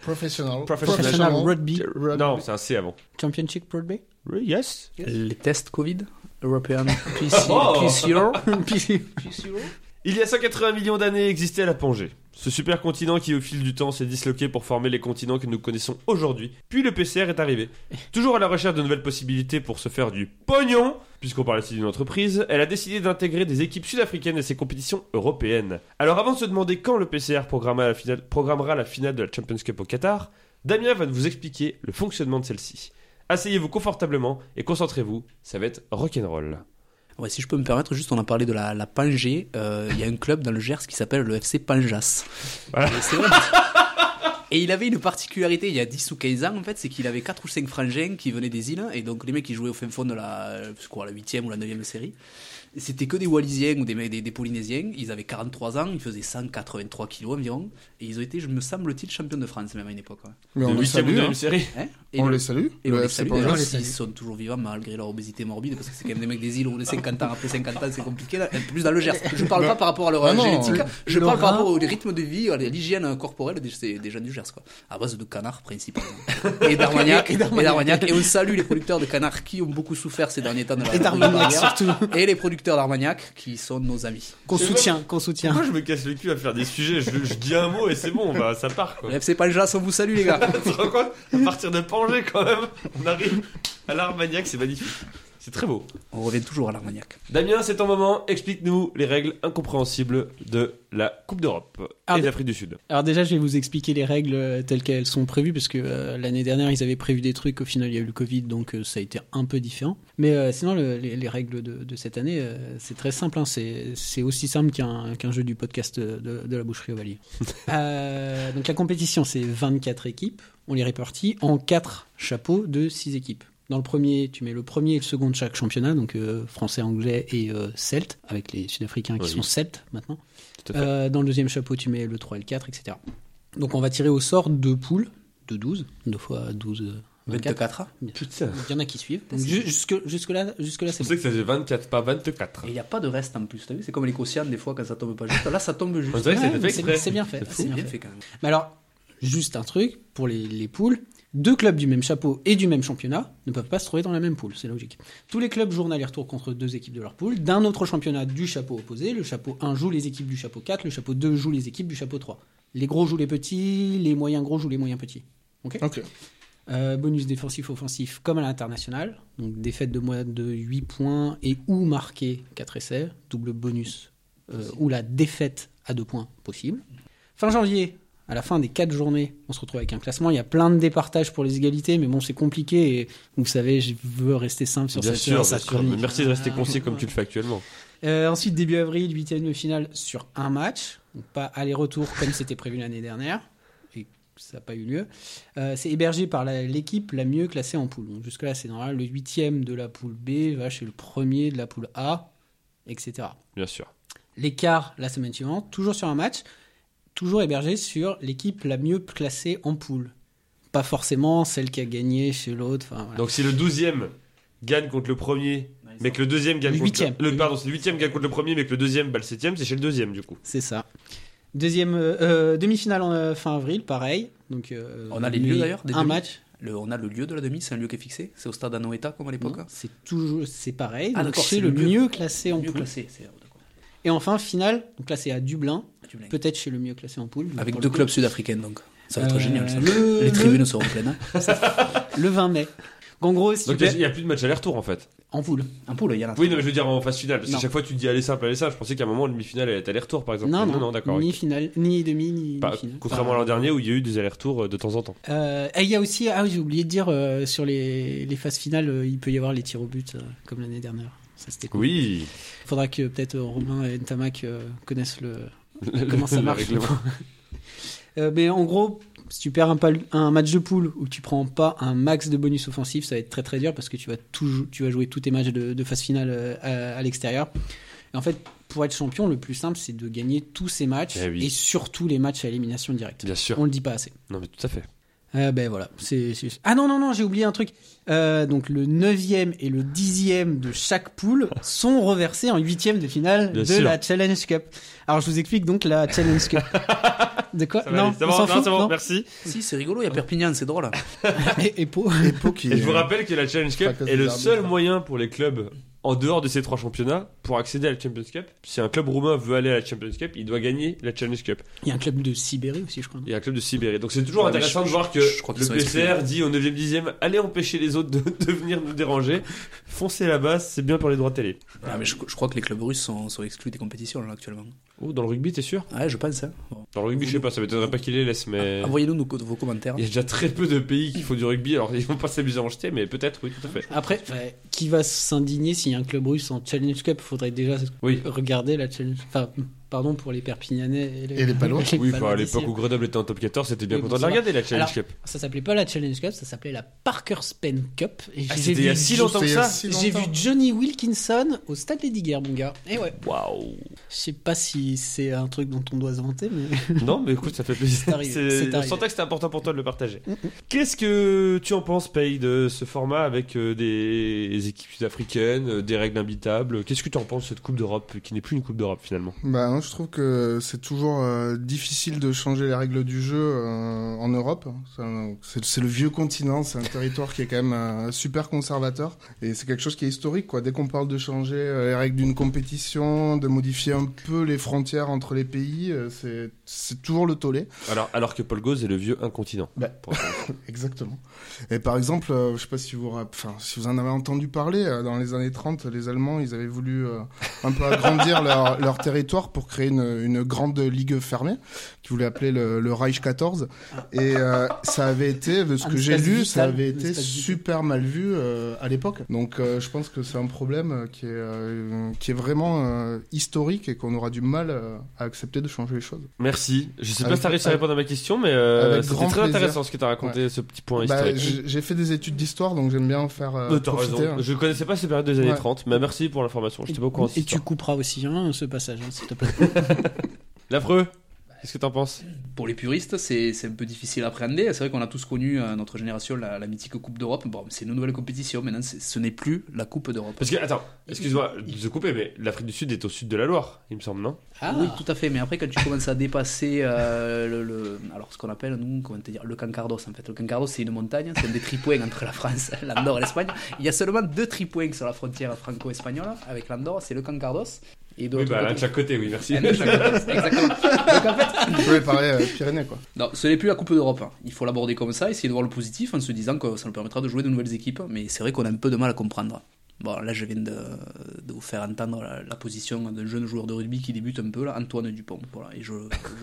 Speaker 3: Professional.
Speaker 5: Professional
Speaker 6: National Rugby
Speaker 3: Rugby.
Speaker 5: Non, c'est un C avant.
Speaker 6: Championship Rugby.
Speaker 5: Oui, yes.
Speaker 4: Les tests Covid European PC,
Speaker 5: Oh.
Speaker 4: PCR.
Speaker 5: Il y a 180 millions d'années existait la Pangée. Ce supercontinent qui au fil du temps s'est disloqué pour former les continents que nous connaissons aujourd'hui. Puis le PCR est arrivé. Toujours à la recherche de nouvelles possibilités pour se faire du pognon, puisqu'on parle ici d'une entreprise, elle a décidé d'intégrer des équipes sud-africaines et ses compétitions européennes. Alors avant de se demander quand le PCR programmera la finale, programmera la finale de la Champions Cup au Qatar, Damien va vous expliquer le fonctionnement de celle-ci. Asseyez-vous confortablement et concentrez-vous, ça va être rock'n'roll.
Speaker 4: Ouais, si je peux me permettre, juste on a parlé de la, la Pangée. euh, Il y a un club dans le Gers qui s'appelle le FC Panjas.
Speaker 5: Voilà.
Speaker 4: Et c'est vrai. Et il avait une particularité il y a 10 ou 15 ans en fait, c'est qu'il avait 4 ou 5 frangins qui venaient des îles et donc les mecs qui jouaient au fin fond de la, euh, je crois, la 8e ou la 9e série. Et C'était que des Wallisiens ou des, mecs- des, des Polynésiens. Ils avaient 43 ans, ils faisaient 183 kilos environ. Et ils ont été, je me semble-t-il, champions de France même à une époque. ouais.
Speaker 3: Mais on
Speaker 5: De
Speaker 3: les
Speaker 5: huitième ou
Speaker 3: salue.
Speaker 5: de
Speaker 3: hein.
Speaker 5: même série.
Speaker 4: Hein Et
Speaker 3: On
Speaker 4: le-
Speaker 3: les salue.
Speaker 4: et on
Speaker 3: Le
Speaker 4: les
Speaker 3: FC
Speaker 4: salue
Speaker 3: Panjas.
Speaker 4: d'ailleurs s'ils sont toujours vivants malgré leur obésité morbide parce que c'est quand même des mecs des îles où les 50 ans après 50 ans c'est compliqué là. plus dans le Gers je parle pas par rapport à leur
Speaker 3: Ah
Speaker 4: euh,
Speaker 3: non.
Speaker 4: génétique je
Speaker 6: Le
Speaker 4: parle par
Speaker 6: rein.
Speaker 4: rapport au rythme de vie à l'hygiène euh, corporelle des, c'est- des gens du Gers quoi à base de canards principalement et d'armagnac et d'armagnac et on salue les producteurs de canards qui ont beaucoup souffert ces derniers temps de la
Speaker 6: Et d'Armagnac
Speaker 4: de la barrière.
Speaker 6: surtout.
Speaker 4: et les producteurs d'armagnac qui sont nos amis
Speaker 6: Qu'on
Speaker 5: C'est
Speaker 6: soutient, qu'on soutient.
Speaker 5: Moi je me casse le cul à faire des sujets, je, je dis un mot et c'est bon, bah, ça part quoi.
Speaker 4: le FC Panjas on vous salue les gars
Speaker 5: Tu te rends compte À partir de Pangée quand même, on arrive à l'Armagnac, c'est magnifique. C'est très beau.
Speaker 4: on revient toujours à l'armagnac
Speaker 5: Damien, c'est ton moment, explique-nous les règles incompréhensibles de la Coupe d'Europe
Speaker 6: Ah,
Speaker 5: et
Speaker 6: mais-
Speaker 5: d'Afrique du Sud.
Speaker 6: Alors déjà, je vais vous expliquer les règles euh, telles qu'elles sont prévues, parce que euh, l'année dernière, ils avaient prévu des trucs, au final, il y a eu le Covid, donc euh, ça a été un peu différent. Mais euh, sinon, le- les, les règles de, de cette année, euh, c'est très simple, hein, c'est c'est aussi simple qu'un qu'un jeu du podcast euh, de, de la boucherie Ovalier. euh, donc la compétition, c'est 24 équipes, on les répartit en 4 chapeaux de 6 équipes. Dans le premier, tu mets le premier et le second de chaque championnat, donc euh, français, anglais et euh, celte, avec les Sud-Africains qui
Speaker 5: Oui.
Speaker 6: sont celtes maintenant.
Speaker 5: Tout à fait.
Speaker 6: Euh, dans le deuxième chapeau, tu mets le 3 et le 4, etc. Donc on va tirer au sort deux poules de 12, 2 fois 12, euh,
Speaker 4: 24 ans.
Speaker 5: Putain.
Speaker 6: Il y en a qui suivent. Donc, ju- jusque, jusque-là, jusque-là,
Speaker 5: Je
Speaker 6: c'est bon.
Speaker 5: sais que ça fait 24, pas 24.
Speaker 4: Et il n'y a pas de reste en plus, t'as vu C'est comme les cautions, des fois, quand ça tombe pas juste. Là, ça tombe juste.
Speaker 5: On dirait que
Speaker 6: Ouais,
Speaker 5: c'était
Speaker 6: mais
Speaker 5: fait exprès.
Speaker 6: c'est bien fait.
Speaker 4: C'est bien fait quand même.
Speaker 6: Mais alors, juste un truc pour les, les poules. Deux clubs du même chapeau et du même championnat ne peuvent pas se trouver dans la même poule, c'est logique. Tous les clubs jouent en aller-retour contre deux équipes de leur poule, d'un autre championnat du chapeau opposé. Le chapeau 1 joue les équipes du chapeau 4, le chapeau 2 joue les équipes du chapeau 3. Les gros jouent les petits, les moyens gros jouent les moyens petits. Ok
Speaker 3: Ok.
Speaker 6: Euh, bonus défensif-offensif comme à l'international. Donc défaite de moins de 8 points et ou marqué 4 essais, double bonus, euh, ou la défaite à 2 points possible. Fin janvier, à la fin des 4 journées, on se retrouve avec un classement. Il y a plein de départages pour les égalités, mais bon, c'est compliqué. Et vous savez, je veux rester simple sur
Speaker 5: Bien
Speaker 6: cette
Speaker 5: sûr,
Speaker 6: sur
Speaker 5: bien
Speaker 6: cette
Speaker 5: sûr.
Speaker 6: chronique.
Speaker 5: Merci de rester concis comme
Speaker 6: Ah.
Speaker 5: tu le fais actuellement.
Speaker 6: Euh, ensuite, début avril, huitième de finale sur un match. Donc pas aller-retour comme c'était prévu l'année dernière. Et ça n'a pas eu lieu. Euh, c'est hébergé par la- l'équipe la mieux classée en poule. Donc jusque-là, c'est normal. Le huitième de la poule B va chez le premier de la poule A, etc.
Speaker 5: Bien sûr.
Speaker 6: L'écart la semaine suivante, toujours sur un match, toujours hébergé sur l'équipe la mieux classée en poule. Pas forcément celle qui a gagné chez l'autre. Enfin, voilà.
Speaker 5: Donc si le 12e gagne contre le premier, mais que le deuxième gagne
Speaker 6: Le
Speaker 5: contre
Speaker 6: huitième.
Speaker 5: le pardon, c'est le 8 gagne contre le premier, mais que le deuxième bat le 7 c'est chez le deuxième du coup.
Speaker 6: C'est ça. Deuxième euh, euh, demi-finale en euh, fin avril, pareil. Donc euh,
Speaker 4: On a les
Speaker 6: mais
Speaker 4: lieux, d'ailleurs, des
Speaker 6: Un
Speaker 4: demi
Speaker 6: match.
Speaker 4: Le- on a le lieu de la demi, c'est un lieu qui est fixé. C'est au stade Anoeta comme à l'époque.
Speaker 6: Non,
Speaker 4: hein.
Speaker 6: C'est toujours c'est pareil.
Speaker 4: Ah,
Speaker 6: donc
Speaker 4: d'accord,
Speaker 6: c'est
Speaker 4: c'est
Speaker 6: le
Speaker 4: le mieux.
Speaker 6: mieux classé en
Speaker 4: Mieux
Speaker 6: poule.
Speaker 4: classé. c'est- oh, d'accord.
Speaker 6: Et enfin finale. Donc là c'est à Dublin.
Speaker 4: Ah, tu me l'as dit.
Speaker 6: Peut-être chez le mieux classé en poule. Donc,
Speaker 4: Avec
Speaker 6: pour
Speaker 4: deux
Speaker 6: le coup,
Speaker 4: clubs sud-africains donc. Ça va être
Speaker 6: Euh,
Speaker 4: génial ça.
Speaker 6: le-
Speaker 4: Les
Speaker 6: le-
Speaker 4: tribunes seront pleines. hein.
Speaker 6: Le 20 mai. Donc, en gros, si
Speaker 5: Donc
Speaker 6: tu
Speaker 5: il
Speaker 6: veux-
Speaker 5: n'y a plus de match aller-retour en fait.
Speaker 6: en poule.
Speaker 4: En poule, il y en a.
Speaker 5: Oui, non, mais je veux dire en phase finale, parce que
Speaker 6: Non.
Speaker 5: chaque fois tu dis aller simple, aller simple. Je pensais qu'à un moment, le demi-finale, elle était aller-retour par exemple.
Speaker 6: Non,
Speaker 5: Mais
Speaker 6: non,
Speaker 5: d'accord.
Speaker 6: Ni
Speaker 5: ok.
Speaker 6: finale, ni demi, ni,
Speaker 5: Pas-
Speaker 6: ni finale.
Speaker 5: contrairement à l'an dernier où il y a eu des allers-retours euh, de temps en temps.
Speaker 6: Euh, et il y a aussi, ah oui, j'ai oublié de dire, euh, sur les, les phases finales, euh, il peut y avoir les tirs au but, euh, comme l'année dernière. Ça, c'était cool.
Speaker 5: Oui.
Speaker 6: Faudra que peut-être euh, Romain et Ntamak euh, connaissent le, comment ça marche. Euh, mais en gros, si tu perds un, pal- un match de poule où tu prends pas un max de bonus offensif, ça va être très très dur parce que tu vas, tout jou- tu vas jouer tous tes matchs de, de phase finale euh, à, à l'extérieur. Et en fait, pour être champion, le plus simple, c'est de gagner tous ces matchs
Speaker 5: Eh oui.
Speaker 6: et surtout les matchs à élimination directe.
Speaker 5: Bien sûr.
Speaker 6: On le dit pas assez.
Speaker 5: Non, mais tout à fait.
Speaker 6: Euh, ben voilà, c'est... c'est- Ah non, non, non, j'ai oublié un truc. Euh, donc le 9e et le 10e de chaque poule sont reversés en 8e de finale
Speaker 5: Bien
Speaker 6: de
Speaker 5: sûr.
Speaker 6: la Challenge Cup. Alors je vous explique donc la Challenge Cup. De quoi
Speaker 5: Ça va
Speaker 6: Non,
Speaker 5: aller. c'est
Speaker 6: on
Speaker 5: bon,
Speaker 6: s'en
Speaker 5: non,
Speaker 6: fout
Speaker 5: c'est bon,
Speaker 6: non
Speaker 5: merci.
Speaker 4: Si, c'est rigolo, il y a Perpignan, c'est drôle.
Speaker 6: Et, et Pau.
Speaker 3: Et Pau qui
Speaker 5: Et je
Speaker 3: est-
Speaker 5: vous rappelle que la Challenge
Speaker 3: Pas
Speaker 5: Cup
Speaker 3: cause des
Speaker 5: est le
Speaker 3: arbitres. hein.
Speaker 5: seul moyen pour les clubs en dehors de ces trois championnats pour accéder à la Champions Cup. Si un club roumain veut aller à la Champions Cup, il doit gagner la Challenge Cup.
Speaker 6: Il y a un club de Sibérie aussi, je crois. non
Speaker 5: et un club de Sibérie. Donc c'est toujours
Speaker 4: Ouais, mais
Speaker 5: intéressant
Speaker 4: je-
Speaker 5: de voir que
Speaker 4: je crois qu'ils
Speaker 5: le
Speaker 4: sont
Speaker 5: PCR
Speaker 4: exclus.
Speaker 5: dit au 9e 10e allez empêcher les autres de, de venir nous déranger, foncez là-bas, c'est bien pour les droits télé.
Speaker 4: Ah, mais je, je crois que les clubs russes sont, sont exclus des compétitions là, actuellement.
Speaker 5: Oh, dans le rugby, t'es sûr
Speaker 4: Ouais, je pense. hein. Bon.
Speaker 5: Dans le rugby, je sais pas, ça m'étonnerait pas qu'il les laisse, mais.
Speaker 4: Envoyez-nous nos co- vos commentaires.
Speaker 5: Il y a déjà très peu de pays qui font du rugby, alors ils vont pas s'amuser à en jeter, mais peut-être, oui, tout à fait.
Speaker 6: Après, ouais, qui va s'indigner s'il y a un club russe en Challenge Cup Faudrait déjà
Speaker 5: Oui.
Speaker 6: regarder la Challenge... Enfin, pardon pour les Perpignanais et les,
Speaker 3: Et les Palois.
Speaker 5: Oui,
Speaker 6: Palois
Speaker 5: bah, à l'époque
Speaker 6: d'ici. hein.
Speaker 5: où Grenoble était en top 14, c'était bien
Speaker 6: Oui,
Speaker 5: content de la
Speaker 6: bon, ça va.
Speaker 5: regarder, la Challenge
Speaker 6: Alors,
Speaker 5: Cup.
Speaker 6: Ça s'appelait pas la Challenge Cup, ça s'appelait la Parker Spen Cup. Et
Speaker 5: Ah,
Speaker 6: j'ai
Speaker 5: c'était il y a
Speaker 6: vu
Speaker 5: si longtemps que
Speaker 3: C'est il y a
Speaker 5: ça
Speaker 3: si
Speaker 6: J'ai vu
Speaker 3: longtemps.
Speaker 6: Johnny Wilkinson au stade Lady Guerre, mon gars. Et ouais,
Speaker 5: Waouh
Speaker 6: je sais pas si c'est un truc dont on doit se vanter, mais.
Speaker 5: Non, mais écoute, ça fait
Speaker 6: C'est
Speaker 5: plaisir.
Speaker 6: arrivé,
Speaker 5: C'est-
Speaker 6: c'est
Speaker 5: Je
Speaker 6: arrivé.
Speaker 5: sentais que c'était important pour toi de le
Speaker 3: Mm,
Speaker 5: partager. Qu'est-ce que tu en penses, Paye, de ce format avec euh, des équipes sud-africaines, euh, des règles imbitables Qu'est-ce que tu en penses de cette Coupe d'Europe qui n'est plus une Coupe d'Europe finalement
Speaker 3: Bah, moi, je trouve que c'est toujours euh, difficile de changer les règles du jeu euh, en Europe. Ça, C'est c'est le vieux continent, c'est un territoire qui est quand même euh, super conservateur. Et c'est quelque chose qui est historique, quoi. Dès qu'on parle de changer euh, les règles d'une compétition, de modifier un peu les frontières entre les pays, euh, c'est- c'est toujours le tollé.
Speaker 5: alors, alors que Paul Gauze est le vieux incontinent.
Speaker 3: Bah.
Speaker 5: Pour-
Speaker 3: Exactement. Et par exemple, euh, je sais pas si vous, rapp- enfin, si vous en avez entendu parler, euh, dans les années 30, les Allemands, ils avaient voulu euh, un peu agrandir leur, leur territoire pour créer une, une grande ligue fermée, qu'ils voulaient appeler le, le Reich 14. Et euh, ça avait été, de ce
Speaker 6: Un
Speaker 3: que j'ai
Speaker 6: espace
Speaker 3: lu,
Speaker 6: vital,
Speaker 3: ça
Speaker 6: un
Speaker 3: avait été
Speaker 6: espace vital.
Speaker 3: super mal vu euh, à l'époque. Donc euh, je pense que c'est un problème euh, qui est, euh, qui est vraiment euh, historique et qu'on aura du mal euh, à accepter de changer les choses.
Speaker 5: Merci. Je sais pas
Speaker 3: Avec-
Speaker 5: si t'as réussi à répondre à ma question, mais euh,
Speaker 3: Avec
Speaker 5: c'était très
Speaker 3: grand plaisir.
Speaker 5: intéressant ce que t'as raconté, ce petit point
Speaker 3: Bah,
Speaker 5: historique.
Speaker 3: j'ai j'ai fait des études d'histoire, donc j'aime bien en faire euh,
Speaker 5: Euh, t'as
Speaker 3: profiter.
Speaker 5: raison.
Speaker 3: hein.
Speaker 5: Je connaissais pas ces périodes des années
Speaker 3: Ouais.
Speaker 5: 30, mais merci pour l'information. J'étais pas au courant. de
Speaker 6: Et
Speaker 5: cette
Speaker 6: tu
Speaker 5: histoire.
Speaker 6: couperas aussi hein, ce passage, hein, s'il te plaît.
Speaker 5: L'affreux Qu'est-ce que t'en penses
Speaker 4: Pour les puristes, c'est c'est un peu difficile à appréhender. C'est vrai qu'on a tous connu, euh, notre génération, la, la mythique Coupe d'Europe. Bon, c'est une nouvelle compétition. Maintenant, c'est- ce n'est plus la Coupe d'Europe.
Speaker 5: Parce que, attends, excuse-moi de te couper, mais l'Afrique du Sud est au sud de la Loire, il me semble, non
Speaker 6: Ah.
Speaker 4: Oui, tout à fait. Mais après, quand tu commences à dépasser euh, le, le- alors ce qu'on appelle nous, comment te dire, le Cancardos en fait. Le Cancardos, c'est une montagne, c'est un des tripoints entre la France, l'Andorre et l'Espagne. Il y a seulement deux tripoints sur la frontière franco-espagnole avec l'Andorre, c'est le Cancardos et de
Speaker 5: Oui,
Speaker 4: l'autre
Speaker 5: bah, l'un de
Speaker 4: côté-
Speaker 5: chaque côté, oui, merci.
Speaker 4: Ah, de chaque côté, Exactement. Donc en fait,
Speaker 3: Je voulais parler euh, Pyrénées, quoi.
Speaker 4: non, ce n'est plus la Coupe d'Europe. hein. Il faut l'aborder comme ça, essayer de voir le positif en se disant que ça nous permettra de jouer de nouvelles équipes. Mais c'est vrai qu'on a un peu de mal à comprendre. Bon, là, je viens de, de vous faire entendre la, la position d'un jeune joueur de rugby qui débute un peu, là, Antoine Dupont. Voilà, et je,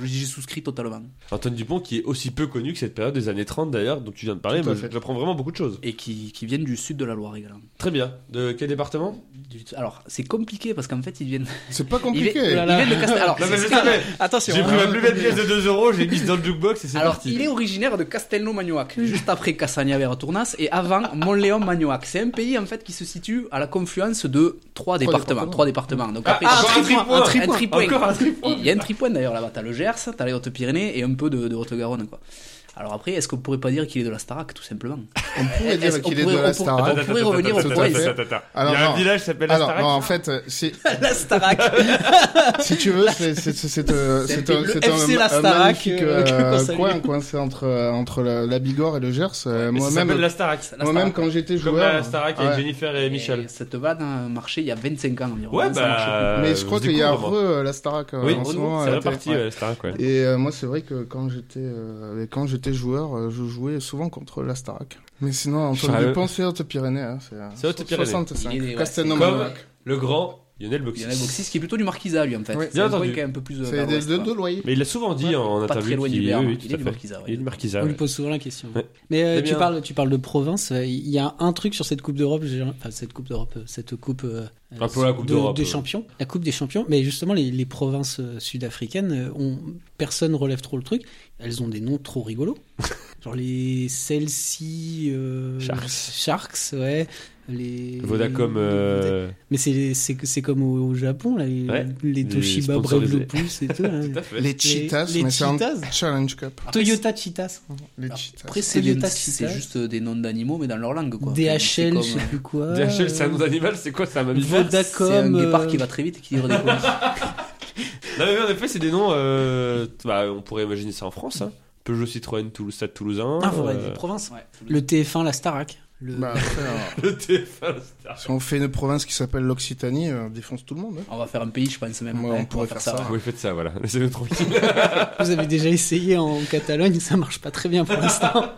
Speaker 4: je- j'y souscris totalement.
Speaker 5: Antoine Dupont, qui est aussi peu connu que cette période des années 30, d'ailleurs, dont tu viens de parler,
Speaker 3: Tout à
Speaker 5: mais
Speaker 3: fait.
Speaker 5: j'apprends vraiment beaucoup de choses.
Speaker 4: Et qui, qui viennent du sud de la Loire également.
Speaker 5: Très bien. De quel département
Speaker 4: Du- alors, c'est compliqué parce qu'en fait, ils viennent,
Speaker 3: C'est pas
Speaker 4: ils viennent,
Speaker 3: compliqué.
Speaker 6: Oh là là.
Speaker 4: ils viennent de Castel. Alors,
Speaker 5: Non, mais je
Speaker 4: c'est-
Speaker 5: savais.
Speaker 6: Attention.
Speaker 3: Ah,
Speaker 5: J'ai
Speaker 6: hein.
Speaker 5: pris ma plus belle pièce de 2 euros, j'ai mise dans le jukebox et c'est
Speaker 4: Alors,
Speaker 5: parti.
Speaker 4: il est originaire de Castelnau-Magnoac, juste après Cassagna-Vertournas et avant Montléon-Magnoac. C'est un pays en fait qui se situe à la confluence de trois départements.
Speaker 3: départements.
Speaker 4: Trois départements. Donc
Speaker 5: Ah,
Speaker 4: après,
Speaker 5: encore un tripoint.
Speaker 4: un tripoint.
Speaker 5: Encore un tripoint.
Speaker 4: Il y a un tripoint d'ailleurs là-bas. T'as le Gers, t'as les Hautes-Pyrénées et un peu de, de Haute-Garonne quoi. Alors après, est-ce qu'on pourrait pas dire qu'il est de la Starac tout simplement
Speaker 3: On pourrait
Speaker 4: Est-ce
Speaker 3: dire
Speaker 4: qu'on
Speaker 3: qu'il est de
Speaker 4: pourrait- on
Speaker 3: la
Speaker 4: pour-
Speaker 3: Starac.
Speaker 4: on pourrait revenir au
Speaker 5: Attends,
Speaker 4: point.
Speaker 5: attends, attends, attends.
Speaker 3: Alors,
Speaker 5: Il y a un
Speaker 3: non.
Speaker 5: village qui s'appelle la
Speaker 3: Alors,
Speaker 5: Starac.
Speaker 3: non, en fait, euh, c'est-
Speaker 4: La Starac
Speaker 3: si tu veux, c'est c'est- c'est- c'est, euh,
Speaker 4: C'est
Speaker 3: c'est un,
Speaker 4: le
Speaker 3: c'est un,
Speaker 4: FC la
Speaker 3: un
Speaker 4: Starac,
Speaker 3: magnifique
Speaker 6: euh, que
Speaker 3: euh,
Speaker 6: qu'on salue.
Speaker 3: coin, coin, c'est entre, euh, entre la, la Bigorre et le Gers. euh,
Speaker 5: Mais ça s'appelle
Speaker 3: Moi-même, euh,
Speaker 5: la Starac.
Speaker 4: la
Speaker 3: moi-même
Speaker 4: Starac.
Speaker 3: quand j'étais
Speaker 5: Comme la
Speaker 3: joueur.
Speaker 5: Starac
Speaker 3: ouais.
Speaker 5: avec Jennifer et Michel.
Speaker 4: Et Cette vanne a marché il y a 25 ans environ.
Speaker 5: Ouais,
Speaker 4: Ça marche plus.
Speaker 5: bah.
Speaker 3: Mais je crois qu'il y a
Speaker 5: découvre,
Speaker 3: re
Speaker 5: moi.
Speaker 3: euh, la Starac euh,
Speaker 5: Oui,
Speaker 3: en ce moment. à
Speaker 5: c'est
Speaker 3: la télé.
Speaker 5: reparti,
Speaker 3: Ouais.
Speaker 5: ouais, la Starac, ouais.
Speaker 3: Et euh, moi, c'est vrai que quand j'étais euh, quand j'étais joueur, euh, je jouais souvent contre la Starac. Mais sinon, Antoine
Speaker 5: Charles-
Speaker 3: Dupont, c'est Haute-Pyrénées. Hein, c'est euh,
Speaker 5: C'est Haute-Pyrénées.
Speaker 4: Il est- ouais,
Speaker 3: 65.
Speaker 5: Comme
Speaker 3: Castelnau-Monaco.
Speaker 5: le grand
Speaker 4: Il
Speaker 5: Lionel
Speaker 4: y
Speaker 5: Boxis.
Speaker 4: en a Boxis qui est plutôt du Marquisa lui en fait.
Speaker 3: Oui,
Speaker 4: c'est
Speaker 5: bien
Speaker 4: un coin
Speaker 5: entendu.
Speaker 4: qui est un peu plus. euh, vers
Speaker 3: C'est des
Speaker 4: l'ouest,
Speaker 3: deux
Speaker 4: quoi.
Speaker 3: de loyer.
Speaker 5: Mais il l'a souvent dit en
Speaker 4: Pas très
Speaker 5: interview.
Speaker 4: loin
Speaker 5: qu'il-
Speaker 4: du
Speaker 5: oui,
Speaker 4: Béarn,
Speaker 5: oui,
Speaker 4: il
Speaker 5: tout
Speaker 4: est
Speaker 5: à
Speaker 4: du
Speaker 5: fait.
Speaker 4: Marquisat.
Speaker 5: Il est du Marquisat.
Speaker 6: On
Speaker 5: Ah ouais.
Speaker 6: lui pose souvent la question.
Speaker 5: Ouais. Eh
Speaker 6: Mais euh, tu,
Speaker 5: Damien.
Speaker 6: parles, tu parles de province. euh, Il y a un truc sur cette Coupe d'Europe, j'ai- enfin cette Coupe d'Europe, euh, cette Coupe, euh,
Speaker 5: Un peu la Coupe
Speaker 6: de-
Speaker 5: d'Europe,
Speaker 6: des
Speaker 5: euh.
Speaker 6: champions, la Coupe des champions. Mais justement, les, les provinces euh, sud-africaines, euh, ont- personne relève trop le truc. Elles ont des noms trop rigolos. Genre les Celsi, euh,
Speaker 5: Sharks.
Speaker 6: Sharks, ouais. Les
Speaker 5: Vodacom. euh,
Speaker 6: Mais c'est c'est c'est comme au, au Japon là, les,
Speaker 5: Ouais, les
Speaker 6: les Toshiba Brave
Speaker 5: sponsorisés.
Speaker 6: le plus et tout. hein.
Speaker 5: Tout à fait.
Speaker 3: Les Cheetahs,
Speaker 6: les
Speaker 3: mais c'est un
Speaker 6: Cheetahs.
Speaker 3: Challenge Cup.
Speaker 6: Toyota Cheetahs.
Speaker 3: Les
Speaker 4: Alors,
Speaker 3: Cheetahs.
Speaker 4: Après, c'est,
Speaker 6: C'est
Speaker 4: des-
Speaker 6: des tas de
Speaker 4: c'est
Speaker 6: citages.
Speaker 4: juste des noms d'animaux, mais dans leur langue, quoi. C'est
Speaker 6: DHL,
Speaker 4: comme,
Speaker 6: je sais
Speaker 4: euh,
Speaker 6: plus quoi.
Speaker 5: DHL, c'est un nom d'animal, c'est quoi ça, un mammifère
Speaker 6: Vodacom.
Speaker 4: C'est un guépard
Speaker 6: euh,
Speaker 4: qui va très vite et qui livre des colis.
Speaker 5: Non, mais en effet, c'est des noms. euh, bah, on pourrait imaginer ça en France. Hein. Peugeot Citroën, Toulouse, Stade Toulousain.
Speaker 6: Ah, faudrait
Speaker 5: euh,
Speaker 6: des provinces.
Speaker 4: Ouais.
Speaker 6: Le TF1, la Starac. Le...
Speaker 3: Bah, après, euh,
Speaker 5: le TF1 Star.
Speaker 3: si on fait une province qui s'appelle l'Occitanie, euh, on défonce tout le monde. hein.
Speaker 4: On va faire un pays, je pense même.
Speaker 3: Ouais, on pourrait faire ça.
Speaker 5: Oui, Ah, faites ça, voilà. Laissez-nous tranquille.
Speaker 6: Vous avez déjà essayé en Catalogne, ça marche pas très bien pour l'instant.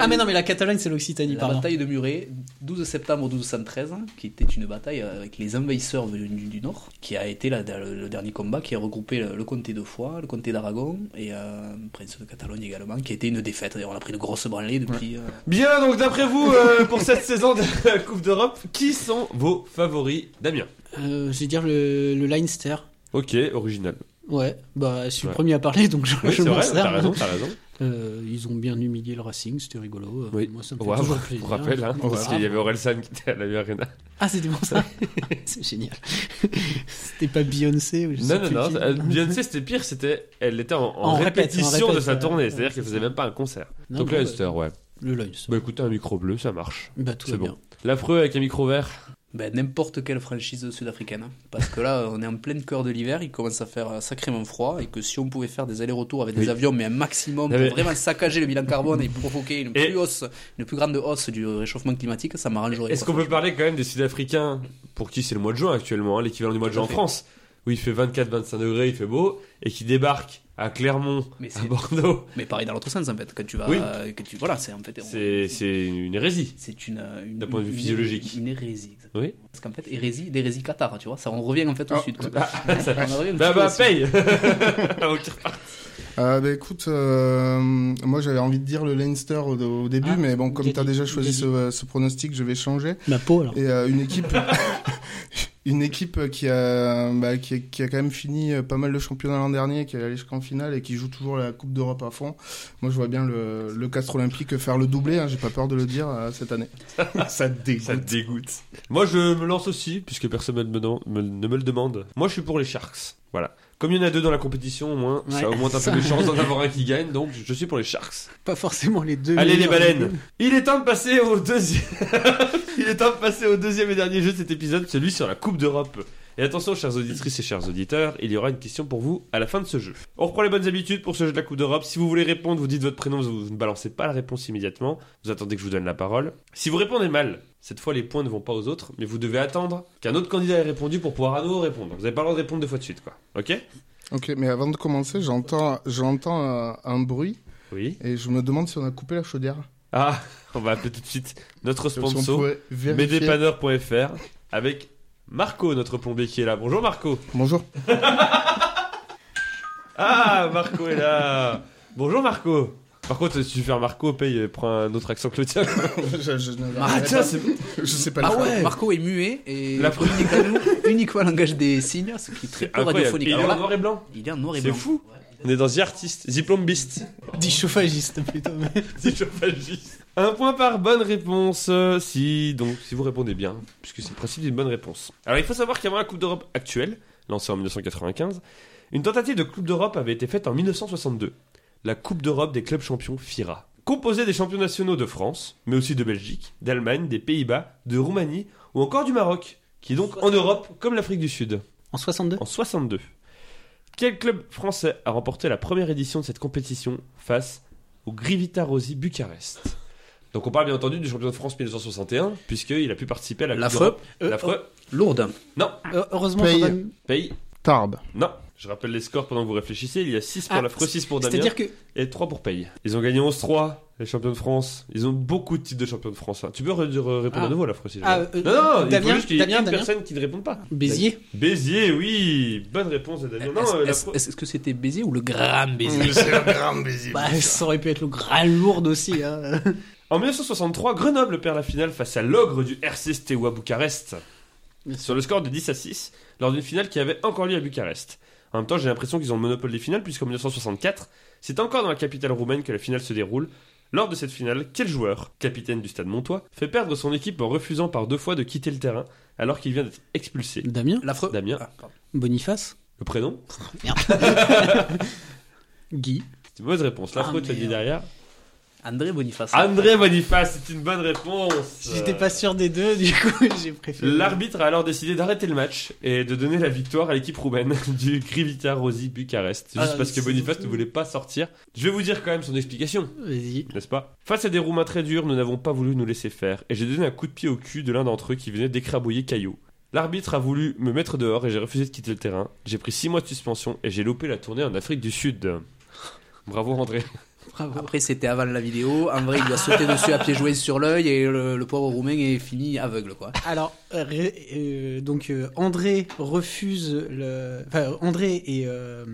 Speaker 6: ah, mais non, mais la Catalogne, c'est l'Occitanie,
Speaker 4: La
Speaker 6: pardon.
Speaker 4: bataille de Muret, 12 septembre 1213, hein, qui était une bataille avec les envahisseurs venus du, du nord, qui a été la- le, le dernier combat qui a regroupé le, le comté de Foix, le comté d'Aragon et euh, le prince de Catalogne également, qui a été une défaite. D'ailleurs, on a pris de grosses branlées depuis. euh,
Speaker 5: Bien, donc d'après vous, euh, pour cette saison de la Coupe d'Europe, qui sont vos favoris, Damien
Speaker 6: Euh, je vais dire le, le Leinster.
Speaker 5: Ok, original.
Speaker 6: Ouais, bah, je suis
Speaker 5: Ouais.
Speaker 6: le premier à parler, donc je,
Speaker 5: Oui,
Speaker 6: je
Speaker 5: c'est
Speaker 6: m'en
Speaker 5: vrai,
Speaker 6: sers.
Speaker 5: t'as raison, t'as raison.
Speaker 6: Euh, ils ont bien humilié le Racing, c'était rigolo. Euh,
Speaker 5: Oui.
Speaker 6: Moi, ça me fait
Speaker 5: Waouh,
Speaker 6: toujours
Speaker 5: je
Speaker 6: plaisir.
Speaker 5: vous rappelle, hein,
Speaker 6: Voilà.
Speaker 5: parce qu'il y avait Orelsan qui était à la Arena.
Speaker 6: Ah, c'était pour ça C'est génial. c'était pas Beyoncé ou je sais
Speaker 5: Non, non,
Speaker 6: plus qui.
Speaker 5: non, euh, Beyoncé c'était pire, c'était, elle était en, en
Speaker 6: En répète,
Speaker 5: répétition
Speaker 6: en répète,
Speaker 5: de sa
Speaker 6: ouais,
Speaker 5: tournée,
Speaker 6: ouais,
Speaker 5: c'est-à-dire
Speaker 6: c'est
Speaker 5: qu'elle
Speaker 6: ça.
Speaker 5: faisait même pas un concert.
Speaker 6: Non,
Speaker 5: donc
Speaker 6: bon,
Speaker 5: Leinster, ouais.
Speaker 6: Le Leinster.
Speaker 5: Bah écoutez, un micro bleu, ça marche.
Speaker 6: Bah, tout
Speaker 5: C'est
Speaker 6: va
Speaker 5: bon.
Speaker 6: bien.
Speaker 5: L'affreux avec un micro vert.
Speaker 4: Ben, n'importe quelle franchise sud-africaine. hein. Parce que là, on est en plein cœur de l'hiver, il commence à faire euh, sacrément froid, et que si on pouvait faire des allers-retours avec des
Speaker 5: Oui.
Speaker 4: avions, mais un maximum,
Speaker 5: Mais-
Speaker 4: pour vraiment saccager le bilan carbone et provoquer une,
Speaker 5: Et-
Speaker 4: plus hausse, une plus grande hausse du réchauffement climatique, ça m'arrangerait.
Speaker 5: Est-ce
Speaker 4: quoi.
Speaker 5: qu'on peut parler quand même des Sud-Africains pour qui c'est le mois de juin actuellement, hein, l'équivalent du mois de
Speaker 4: Tout à
Speaker 5: juin en
Speaker 4: fait.
Speaker 5: France, où il fait 24-25 degrés, il fait beau, et qui débarque à Clermont,
Speaker 4: Mais c'est-
Speaker 5: à Bordeaux.
Speaker 4: Mais pareil dans l'autre sens, en fait, quand tu vas.
Speaker 5: Ah Oui.
Speaker 4: euh, que tu, voilà, c'est en fait. on-
Speaker 5: C'est c'est une hérésie.
Speaker 4: c'est une, euh, une-
Speaker 5: D'un point de vue
Speaker 4: une-
Speaker 5: physiologique.
Speaker 4: Une hérésie. exactement.
Speaker 5: Oui.
Speaker 4: Parce qu'en fait, hérésie, d'hérésie Qatar, tu vois, ça on revient en fait au
Speaker 3: Ah.
Speaker 4: sud. quoi.
Speaker 5: ça-
Speaker 4: On en revient un
Speaker 5: Bah
Speaker 4: petit peu
Speaker 5: bah
Speaker 4: au sud.
Speaker 5: paye Avant qu'il reparte.
Speaker 3: Euh, bah, écoute, euh, moi j'avais envie de dire le Leinster au, au début,
Speaker 6: Ah,
Speaker 3: mais bon, comme
Speaker 6: Gadi-
Speaker 3: tu as déjà choisi
Speaker 6: Gadi.
Speaker 3: ce, euh, ce pronostic, je vais changer.
Speaker 6: Ma peau, alors.
Speaker 3: Et euh, une équipe, une équipe qui a, bah, qui, a- qui a quand même fini euh, pas mal de championnat l'an dernier, qui est allée jusqu'en finale et qui joue toujours la Coupe d'Europe à fond. Moi, je vois bien le, le Castre Olympique faire le doublé. Hein, J'ai pas peur de le dire euh, cette année. ça te dégoûte.
Speaker 5: Ça te dégoûte. Moi, je me lance aussi, puisque personne me, deman- me- ne me le demande. Moi, je suis pour les Sharks. Voilà. Comme il y en a deux dans la compétition, au moins, ça
Speaker 6: Ouais.
Speaker 5: augmente un peu
Speaker 6: Ça-
Speaker 5: les chances d'en avoir un qui gagne, donc je suis pour les Sharks.
Speaker 6: Pas forcément les deux.
Speaker 5: Allez les
Speaker 6: meilleurs.
Speaker 5: baleines Il est temps de passer au deuxième Il est temps de passer au deuxième et dernier jeu de cet épisode, celui sur la Coupe d'Europe. Et attention, chères auditrices et chers auditeurs, il y aura une question pour vous à la fin de ce jeu. On reprend les bonnes habitudes pour ce jeu de la Coupe d'Europe. Si vous voulez répondre, vous dites votre prénom, vous vous ne balancez pas la réponse immédiatement. Vous attendez que je vous donne la parole. Si vous répondez mal, cette fois les points ne vont pas aux autres, mais vous devez attendre qu'un autre candidat ait répondu pour pouvoir à nouveau répondre. Vous n'avez pas le droit de répondre deux fois de suite, quoi. Ok
Speaker 3: Ok, mais avant de commencer, j'entends j'entends un, un bruit
Speaker 5: Oui.
Speaker 3: et je me demande si on a coupé la chaudière.
Speaker 5: Ah, on va appeler tout de suite notre
Speaker 3: Si on
Speaker 5: sponsor.
Speaker 3: pouvait vérifier.
Speaker 5: Médépanneur.fr avec Marco, notre plombier qui est là. Bonjour Marco.
Speaker 3: Bonjour.
Speaker 5: Ah, Marco est là. Bonjour Marco. Par contre, si tu veux faire Marco, paye, euh, prends un autre accent que le tien.
Speaker 3: je, je ne
Speaker 5: Ah tiens, c'est
Speaker 3: je sais pas. le
Speaker 4: Ah
Speaker 3: faire.
Speaker 4: ouais Marco est muet et
Speaker 5: La
Speaker 4: la
Speaker 5: preuve.
Speaker 4: communique à nous uniquement en langage des signes, ce qui est très peu
Speaker 5: incroyable.
Speaker 4: radiophonique.
Speaker 5: Il est
Speaker 4: Alors
Speaker 5: en
Speaker 4: là,
Speaker 5: noir et blanc.
Speaker 4: il est en noir et
Speaker 5: C'est
Speaker 4: blanc.
Speaker 5: fou. On est dans The Artist, The Plombiste,
Speaker 6: Dis chauffagiste plutôt.
Speaker 5: The Chauffagiste. Un point par bonne réponse, euh, si donc si vous répondez bien, puisque c'est le principe d'une bonne réponse. Alors il faut savoir qu'avant la Coupe d'Europe actuelle, lancée en 1995, une tentative de Coupe d'Europe avait été faite en 1962. la Coupe d'Europe des clubs champions FIRA. Composée des champions nationaux de France, mais aussi de Belgique, d'Allemagne, des Pays-Bas, de Roumanie ou encore du Maroc, qui est donc en Europe comme l'Afrique du Sud,
Speaker 6: En 62
Speaker 5: en 62. Quel club français a remporté la première édition de cette compétition face au Grivita Rossi Bucarest Donc on parle bien entendu du champion de France 1961, puisqu'il a pu participer à la Coupe
Speaker 4: L'affreux.
Speaker 5: d'Europe.
Speaker 6: Euh,
Speaker 5: L'affreux.
Speaker 4: Lourde.
Speaker 6: euh, Heureusement
Speaker 3: Paye.
Speaker 6: qu'on donne-
Speaker 5: Pays.
Speaker 3: Tarbes.
Speaker 5: Non. Je rappelle les scores pendant que vous réfléchissez. Il y a 6 pour
Speaker 6: Ah,
Speaker 5: l'affreux, 6 pour Damien.
Speaker 6: C'est-à-dire que
Speaker 5: et 3 pour Paye. Ils ont gagné 11-3, les champions de France. Ils ont beaucoup de titres de champions de France. hein. Tu peux re- re- répondre
Speaker 6: Ah.
Speaker 5: à nouveau à la fois si
Speaker 6: Ah,
Speaker 5: jamais.
Speaker 6: euh,
Speaker 5: non, non, il faut
Speaker 6: Damien,
Speaker 5: juste qu'il y ait
Speaker 6: Damien,
Speaker 5: une
Speaker 6: Damien.
Speaker 5: personne qui ne réponde pas.
Speaker 6: Béziers,
Speaker 5: Béziers, oui Bonne réponse de
Speaker 6: Bah,
Speaker 5: Damien. Non,
Speaker 4: Est-ce
Speaker 5: euh, la
Speaker 4: est-ce-
Speaker 5: pro-
Speaker 4: est-ce que c'était baiser ou le grand baiser
Speaker 3: C'est un grand baiser.
Speaker 6: bah, ça aurait pu être le gras lourde aussi. hein.
Speaker 5: En 1963, Grenoble perd la finale face à l'ogre du RC Steaua Bucarest.
Speaker 6: Bien
Speaker 5: Sur le score de 10 à 6, lors d'une finale qui avait encore lieu à Bucarest. En même temps, j'ai l'impression qu'ils ont le monopole des finales, puisqu'en 1964, c'est encore dans la capitale roumaine que la finale se déroule. Lors de cette finale, quel joueur, capitaine du stade Montois, fait perdre son équipe en refusant par deux fois de quitter le terrain alors qu'il vient d'être expulsé
Speaker 6: Damien,
Speaker 4: L'affreux.
Speaker 5: Damien.
Speaker 4: Ah, pardon.
Speaker 6: Boniface,
Speaker 5: Le prénom
Speaker 6: Guy.
Speaker 5: C'est une mauvaise réponse. La
Speaker 6: Ah,
Speaker 5: faute, tu as dit
Speaker 6: merde.
Speaker 5: derrière.
Speaker 4: André Boniface.
Speaker 5: André Boniface, c'est une bonne réponse
Speaker 6: J'étais pas sûr des deux, du coup j'ai préféré.
Speaker 5: L'arbitre a alors décidé d'arrêter le match et de donner la victoire à l'équipe roumaine du Grivita Rosi Bucarest. Juste
Speaker 6: Ah,
Speaker 5: parce que
Speaker 6: c'est
Speaker 5: Boniface
Speaker 6: fou.
Speaker 5: ne voulait pas sortir. Je vais vous dire quand même son explication,
Speaker 6: Vas-y.
Speaker 5: n'est-ce pas Face à des Roumains très durs, nous n'avons pas voulu nous laisser faire et j'ai donné un coup de pied au cul de l'un d'entre eux qui venait d'écrabouiller Caillou. L'arbitre a voulu me mettre dehors et j'ai refusé de quitter le terrain. J'ai pris 6 mois de suspension et j'ai loupé la tournée en Afrique du Sud. Bravo André.
Speaker 6: Bravo.
Speaker 4: Après, c'était avant la vidéo. En vrai, il lui a sauté dessus à pieds joints sur l'œil et le, le pauvre roumain est fini aveugle, quoi.
Speaker 6: Alors, euh, ré- euh, donc euh, André refuse le. Enfin, André est, euh,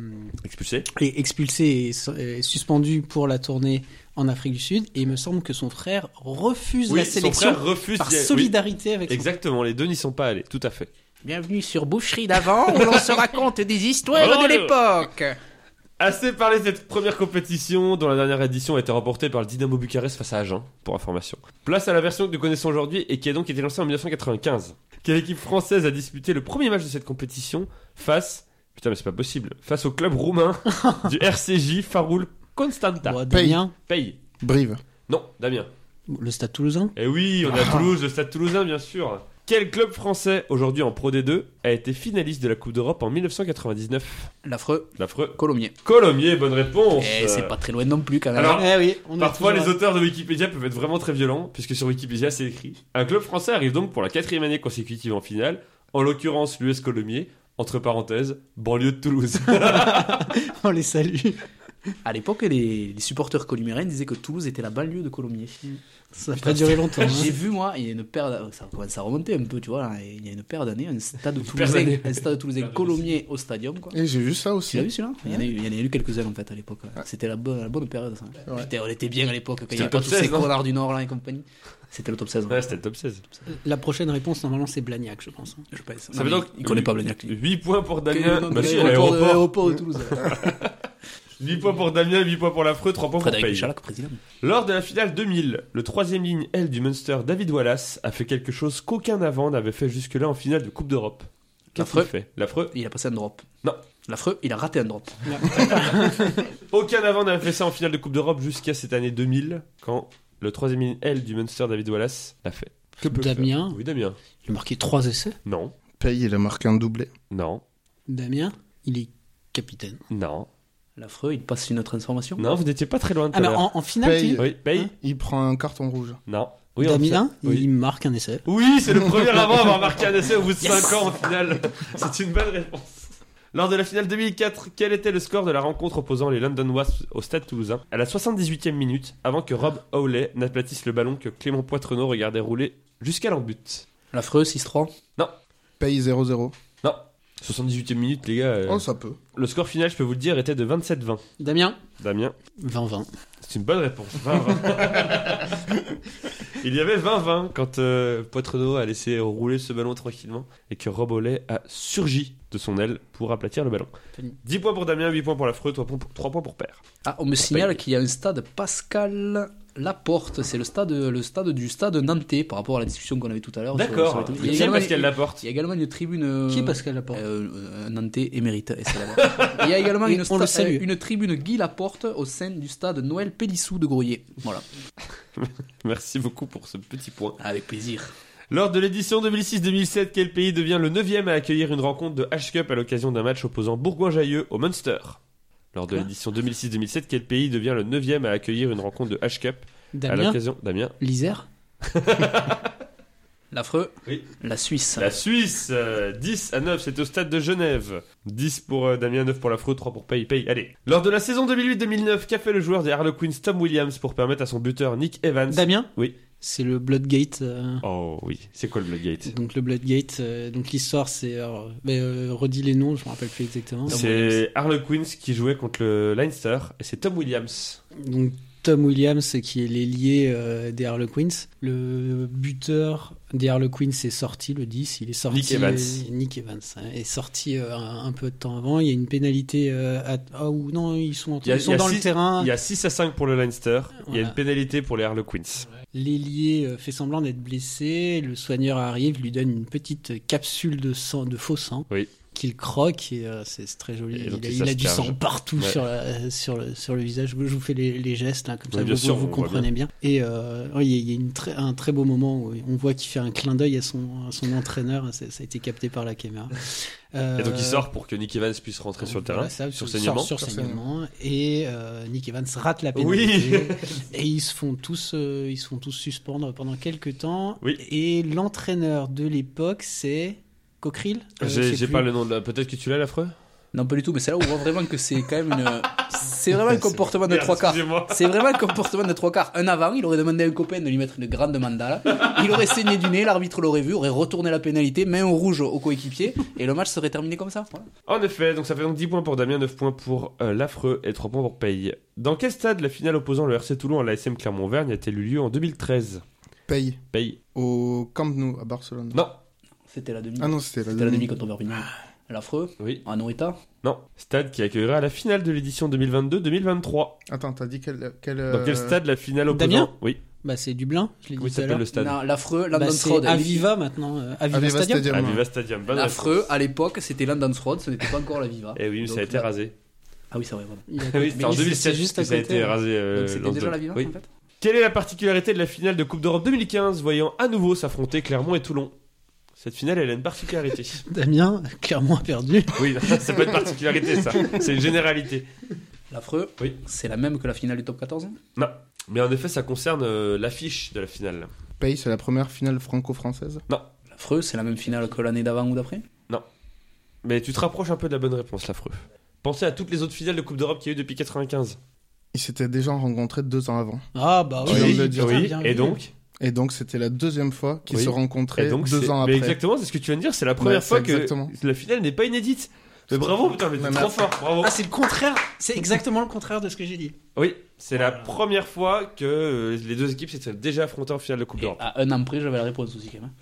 Speaker 5: Expulsé.
Speaker 6: est expulsé et so- et suspendu pour la tournée en Afrique du Sud et il me semble que son frère refuse la
Speaker 5: son
Speaker 6: sélection
Speaker 5: frère refuse
Speaker 6: par
Speaker 5: d'y aller. Oui,
Speaker 6: solidarité avec son
Speaker 5: Exactement, les deux n'y sont pas allés, tout à fait.
Speaker 4: Bienvenue sur Boucherie d'avant où l'on se raconte des histoires
Speaker 5: Oh,
Speaker 4: de
Speaker 5: le-
Speaker 4: l'époque.
Speaker 5: Assez parlé de cette première compétition dont la dernière édition a été remportée par le Dynamo Bucarest face à Agen, pour information. Place à la version que nous connaissons aujourd'hui et qui a donc été lancée en 1995. Quelle équipe française a disputé le premier match de cette compétition face... Putain mais c'est pas possible. Face au club roumain du RCJ Faroul Constanta.
Speaker 6: Bon,
Speaker 3: Paye.
Speaker 6: Damien,
Speaker 5: Paye.
Speaker 3: Brive.
Speaker 5: Non, Damien.
Speaker 6: le Stade Toulousain.
Speaker 5: Eh oui, on est à Toulouse, le stade toulousain bien sûr. Quel club français, aujourd'hui en Pro D2, a été finaliste de la Coupe d'Europe en 1999
Speaker 4: L'affreux
Speaker 5: L'affreux
Speaker 4: Colomier.
Speaker 5: Colomier, bonne réponse
Speaker 4: Et Eh, c'est pas très loin non plus, quand même.
Speaker 5: Alors,
Speaker 6: Eh oui, on est
Speaker 5: Parfois,
Speaker 6: toujours
Speaker 5: les
Speaker 6: à-
Speaker 5: auteurs de Wikipédia peuvent être vraiment très violents, puisque sur Wikipédia, c'est écrit Un club français arrive donc pour la quatrième année consécutive en finale, en l'occurrence l'US Colomiers, entre parenthèses, banlieue de Toulouse.
Speaker 6: On les salue.
Speaker 4: à l'époque, les, les supporters colombiens disaient que Toulouse était la banlieue de Colomiers.
Speaker 6: Ça n'a pas duré longtemps. hein.
Speaker 4: J'ai vu, moi, il y a une paire d'a- ça commence à remonter un peu, tu vois, là, et il y a une paire d'années, un stade toulousain,
Speaker 5: d'années.
Speaker 4: un stade toulousain
Speaker 5: Paire de
Speaker 4: Colomiers au stadium, quoi.
Speaker 3: Et j'ai vu ça
Speaker 4: Tu l'as vu
Speaker 3: aussi.
Speaker 4: celui-là il, y en a eu- il y en a eu quelques-uns en fait à l'époque. C'était la bonne, la bonne période ça.
Speaker 3: Ouais.
Speaker 4: Putain, on était bien à l'époque quand il y
Speaker 5: C'était
Speaker 4: avait
Speaker 5: le
Speaker 4: pas
Speaker 5: top
Speaker 4: tous
Speaker 5: 16,
Speaker 4: ces
Speaker 5: non
Speaker 4: connards du Nord là et compagnie. C'était le top 16. ouais,
Speaker 5: ouais, c'était le top 16.
Speaker 6: La prochaine réponse, normalement, c'est Blagnac, je pense. hein.
Speaker 4: Je pense.
Speaker 5: Ça fait donc.
Speaker 4: Il connaît pas Blagnac. lui.
Speaker 5: 8 points pour
Speaker 4: Que-
Speaker 5: Damien.
Speaker 4: non,
Speaker 5: Bah
Speaker 4: mais
Speaker 5: si,
Speaker 4: le
Speaker 5: l'aéroport.
Speaker 4: de l'aéroport de Toulouse.
Speaker 5: 8 points pour Damien, 8 points pour l'affreux, 3 points pour
Speaker 4: Frédéric
Speaker 5: Paye.
Speaker 4: Michalak, président.
Speaker 5: Lors de la finale 2000, le troisième ligne L du Munster, David Wallace, a fait quelque chose qu'aucun avant n'avait fait jusque-là en finale de Coupe d'Europe. Qu'est-ce qu'il
Speaker 4: L'affreux.
Speaker 5: fait L'affreux
Speaker 4: Il a passé un drop.
Speaker 5: Non.
Speaker 4: L'affreux, il a raté un drop.
Speaker 5: Aucun avant n'avait fait ça en finale de Coupe d'Europe jusqu'à cette année 2000, quand le troisième in L du Munster, David Wallace, l'a fait. Que peut le
Speaker 3: Ah.
Speaker 6: Damien.
Speaker 5: faire Oui, Damien.
Speaker 6: Il a marqué 3 essais.
Speaker 5: Non,
Speaker 3: Paye, il a marqué un doublé.
Speaker 5: non,
Speaker 6: Damien, il est capitaine.
Speaker 5: non.
Speaker 4: L'affreux, il passe une transformation
Speaker 5: Non, vous n'étiez pas très loin de
Speaker 6: Ah,
Speaker 5: tout
Speaker 6: mais
Speaker 5: à l'heure.
Speaker 6: en, en finale,
Speaker 3: Paye.
Speaker 6: tu-
Speaker 5: Oui, Paye
Speaker 3: Il prend un carton rouge.
Speaker 5: Non. Oui, en
Speaker 6: Damien,
Speaker 5: fait. Oui.
Speaker 6: il marque un essai.
Speaker 5: Oui, c'est le premier avant à avoir marqué un essai au bout de 5 ans en finale. C'est une bonne réponse. Lors de la finale 2004, quel était le score de la rencontre opposant les London Wasps au stade toulousain À la 78e minute, avant que Rob Howley n'aplatisse le ballon que Clément Poitrenaud regardait rouler jusqu'à l'embut.
Speaker 4: L'affreux, 6-3.
Speaker 3: Paye 0-0.
Speaker 5: Non, 78e minute, les gars. euh,
Speaker 3: Oh, ça peut.
Speaker 5: Le score final, je peux vous le dire, était de 27-20.
Speaker 6: Damien,
Speaker 5: Damien,
Speaker 6: 20-20.
Speaker 5: c'est une bonne réponse. 20-20. Il y avait 20-20 quand euh, Poitrenaud a laissé rouler ce ballon tranquillement et que Rob Howley a surgi de son aile pour aplatir le ballon.
Speaker 6: Fini.
Speaker 5: 10 points pour Damien, 8 points pour l'affreux, 3 points pour, 3 points pour Père.
Speaker 4: Ah, on me
Speaker 5: Paye.
Speaker 4: signale qu'il y a un stade Pascal Laporte. C'est le stade, le stade du stade nantais par rapport à la discussion qu'on avait tout à l'heure. sur- sur les
Speaker 5: D'accord,
Speaker 4: trucs. Il y a
Speaker 5: qui est
Speaker 4: également-
Speaker 5: Pascal Laporte
Speaker 4: Il y a également une tribune. euh,
Speaker 6: Qui est Pascal Laporte
Speaker 4: euh, un Nantais émérite. et c'est là-bas. Il y a également
Speaker 6: Et
Speaker 4: une,
Speaker 6: on le
Speaker 4: sta-
Speaker 6: salue.
Speaker 4: euh, une tribune Guy Laporte au sein du stade Noël Pélissou de Groyer. Voilà,
Speaker 5: Merci beaucoup pour ce petit point.
Speaker 4: avec plaisir.
Speaker 5: Lors de l'édition 2006-2007, quel pays devient le 9 à accueillir une rencontre de H-Cup à l'occasion d'un match opposant Bourgoin-Jailleux au Munster Lors de
Speaker 6: Quoi
Speaker 5: l'édition 2006-2007, quel pays devient le 9 à accueillir une rencontre de H-Cup à
Speaker 6: Damien,
Speaker 5: l'occasion Damien
Speaker 6: l'Isère.
Speaker 4: L'affreux,
Speaker 5: Oui.
Speaker 4: la Suisse.
Speaker 5: La Suisse euh, 10 à 9, c'est au stade de Genève. 10 pour euh, Damien, 9 pour Lafro, 3 pour Paye Paye. Allez. Lors de la saison 2008-2009, qu'a fait le joueur des Harlequins Tom Williams pour permettre à son buteur Nick Evans
Speaker 6: Damien
Speaker 5: Oui.
Speaker 6: C'est le Bloodgate. euh,
Speaker 5: Oh oui, c'est quoi le Bloodgate
Speaker 6: donc le Bloodgate. euh, donc l'histoire, c'est. alors, ben, euh, redis les noms, je me rappelle plus exactement.
Speaker 5: C'est Harlequins qui jouait contre le Leinster et c'est Tom Williams.
Speaker 6: Donc Tom Williams qui est l'ailier euh, des Harlequins. Le buteur des Harlequins est sorti, le 10, il est sorti.
Speaker 5: Nick Evans.
Speaker 6: Nick Evans, hein, est sorti euh, un, un peu de temps avant. Il y a une pénalité. euh, à- Ah ou non, ils sont, en-
Speaker 5: Il y a-
Speaker 6: ils sont
Speaker 5: il y a
Speaker 6: dans le
Speaker 5: six-
Speaker 6: terrain.
Speaker 5: Il y a 6 à 5 pour le Leinster. Il y a
Speaker 6: Voilà.
Speaker 5: une pénalité pour les Harlequins.
Speaker 6: L'ailier euh, fait semblant d'être blessé. Le soigneur arrive, lui donne une petite capsule de sang, de faux sang.
Speaker 5: Oui.
Speaker 6: Qu'il croque et euh, c'est c'est très
Speaker 5: Et
Speaker 6: joli.
Speaker 5: donc,
Speaker 6: il a,
Speaker 5: il
Speaker 6: il a du
Speaker 5: s'asperge.
Speaker 6: sang partout
Speaker 5: Ouais.
Speaker 6: sur, la- sur, le, sur le visage. Je vous fais les, les gestes, là, comme
Speaker 5: Ouais,
Speaker 6: ça
Speaker 5: bien
Speaker 6: vous,
Speaker 5: sûr,
Speaker 6: vous
Speaker 5: on voit
Speaker 6: comprenez bien. Et euh, oui, il y a, il y a une très- un très beau moment où on voit qu'il fait un clin d'œil à son, à son entraîneur. C'est- Ça a été capté par la caméra. Euh,
Speaker 5: Et donc il sort pour que Nick Evans puisse rentrer sur le terrain. sur saignement.
Speaker 6: Sur
Speaker 3: Sur
Speaker 6: saignement. Et euh, Nick Evans rate la
Speaker 5: Oui.
Speaker 6: pénalité. Et ils se font tous, euh, ils se font tous suspendre pendant quelques temps.
Speaker 5: Oui.
Speaker 6: Et l'entraîneur de l'époque, c'est Cockerill. Euh, je
Speaker 5: J'ai
Speaker 6: sais
Speaker 5: j'ai
Speaker 6: plus.
Speaker 5: pas le nom de la... Peut-être que tu l'as, l'affreux
Speaker 4: Non, pas du tout, mais c'est là où on voit vraiment que c'est quand même une. C'est vraiment un comportement de
Speaker 5: Merde,
Speaker 4: trois quarts.
Speaker 5: excusez-moi.
Speaker 4: C'est vraiment le comportement de trois quarts. Un avant, il aurait demandé à un copain de lui mettre une grande mandale. Il aurait saigné du nez, l'arbitre l'aurait vu, aurait retourné la pénalité, main au rouge au coéquipier, et le match serait terminé comme ça. Voilà.
Speaker 5: En effet, donc ça fait donc 10 points pour Damien, 9 points pour euh, l'affreux et 3 points pour Paye. Dans quel stade la finale opposant le RC Toulon à l'ASM Clermont-Auvergne a-t-elle eu lieu en 2013
Speaker 3: Paye.
Speaker 5: Paye
Speaker 3: Au Camp Nou, à Barcelone.
Speaker 5: Non.
Speaker 4: C'était la demi.
Speaker 3: Ah non, c'était la
Speaker 4: C'était la
Speaker 3: demi.
Speaker 4: demi quand on va revenir. L'affreux,
Speaker 5: Oui.
Speaker 4: en état.
Speaker 5: Non. Stade qui accueillera la finale de l'édition 2022-2023.
Speaker 3: Attends, t'as dit quel. quel
Speaker 5: Dans quel
Speaker 3: euh,
Speaker 5: stade la finale opposant
Speaker 6: Damien
Speaker 5: Oui.
Speaker 6: Bah, c'est Dublin. Je l'ai
Speaker 5: Comment il
Speaker 6: dit tout à
Speaker 5: s'appelle
Speaker 6: l'heure.
Speaker 5: le stade
Speaker 4: Non, l'affreux,
Speaker 6: Bah,
Speaker 4: Landon's
Speaker 6: c'est
Speaker 4: Road.
Speaker 6: Aviva maintenant. euh, Aviva,
Speaker 3: Aviva
Speaker 6: Stadium.
Speaker 3: Stadium.
Speaker 5: Aviva Stadium. Bonne
Speaker 4: L'affreux,
Speaker 5: réponse.
Speaker 4: à l'époque, c'était Landon's Road, ce n'était pas encore la Viva.
Speaker 5: Eh oui, mais
Speaker 4: Donc,
Speaker 5: ça a été
Speaker 4: là-
Speaker 5: rasé.
Speaker 4: Ah oui, c'est vrai, voilà.
Speaker 6: Il a-
Speaker 5: Oui, c'était en
Speaker 6: mais c'est-
Speaker 5: 2007
Speaker 6: c'est juste à
Speaker 5: que ça a
Speaker 6: côté,
Speaker 5: été
Speaker 6: hein.
Speaker 5: rasé. euh,
Speaker 4: Donc c'était
Speaker 5: Lance
Speaker 4: déjà
Speaker 5: Dole.
Speaker 4: la Viva,
Speaker 5: Oui.
Speaker 4: en fait
Speaker 5: Quelle est la particularité de la finale de Coupe d'Europe 2015 voyant à nouveau s'affronter Clermont et Toulon Cette finale, elle a une particularité.
Speaker 6: Damien, clairement, a perdu.
Speaker 5: oui, c'est pas une particularité, ça. C'est une généralité.
Speaker 4: L'affreux,
Speaker 5: Oui.
Speaker 4: c'est la même que la finale du top 14
Speaker 5: Non. Mais en effet, ça concerne euh, l'affiche de la finale.
Speaker 3: Paye, c'est la première finale franco-française.
Speaker 4: L'affreux, c'est la même finale que l'année d'avant ou d'après
Speaker 5: Mais tu te rapproches un peu de la bonne réponse, l'affreux. Pensez à toutes les autres finales de Coupe d'Europe qu'il y a eu depuis 95.
Speaker 3: Ils s'étaient déjà rencontrés deux ans avant.
Speaker 6: Ah, bah
Speaker 3: Tu
Speaker 6: oui.
Speaker 3: viens de le dire.
Speaker 6: putain,
Speaker 5: oui.
Speaker 6: bien
Speaker 5: Et
Speaker 6: vu.
Speaker 5: donc,
Speaker 3: Et donc, c'était la deuxième fois qu'ils
Speaker 5: Oui.
Speaker 3: se
Speaker 5: et
Speaker 3: rencontraient
Speaker 5: donc
Speaker 3: deux
Speaker 5: c'est-
Speaker 3: ans
Speaker 5: Mais
Speaker 3: après.
Speaker 5: exactement, c'est ce que tu viens de dire. C'est la première
Speaker 3: c'est
Speaker 5: fois que
Speaker 3: exactement.
Speaker 5: la finale n'est pas inédite. Mais bravo, putain, mais t'es
Speaker 3: Même
Speaker 5: trop
Speaker 3: à-
Speaker 5: fort, bravo.
Speaker 6: Ah, c'est le contraire. C'est exactement le contraire de ce que j'ai dit.
Speaker 5: Oui, c'est la
Speaker 6: Voilà.
Speaker 5: première fois que euh, les deux équipes s'étaient déjà affrontées en finale de Coupe
Speaker 4: Et
Speaker 5: d'Europe.
Speaker 4: à un an près, j'avais la réponse aussi quand même.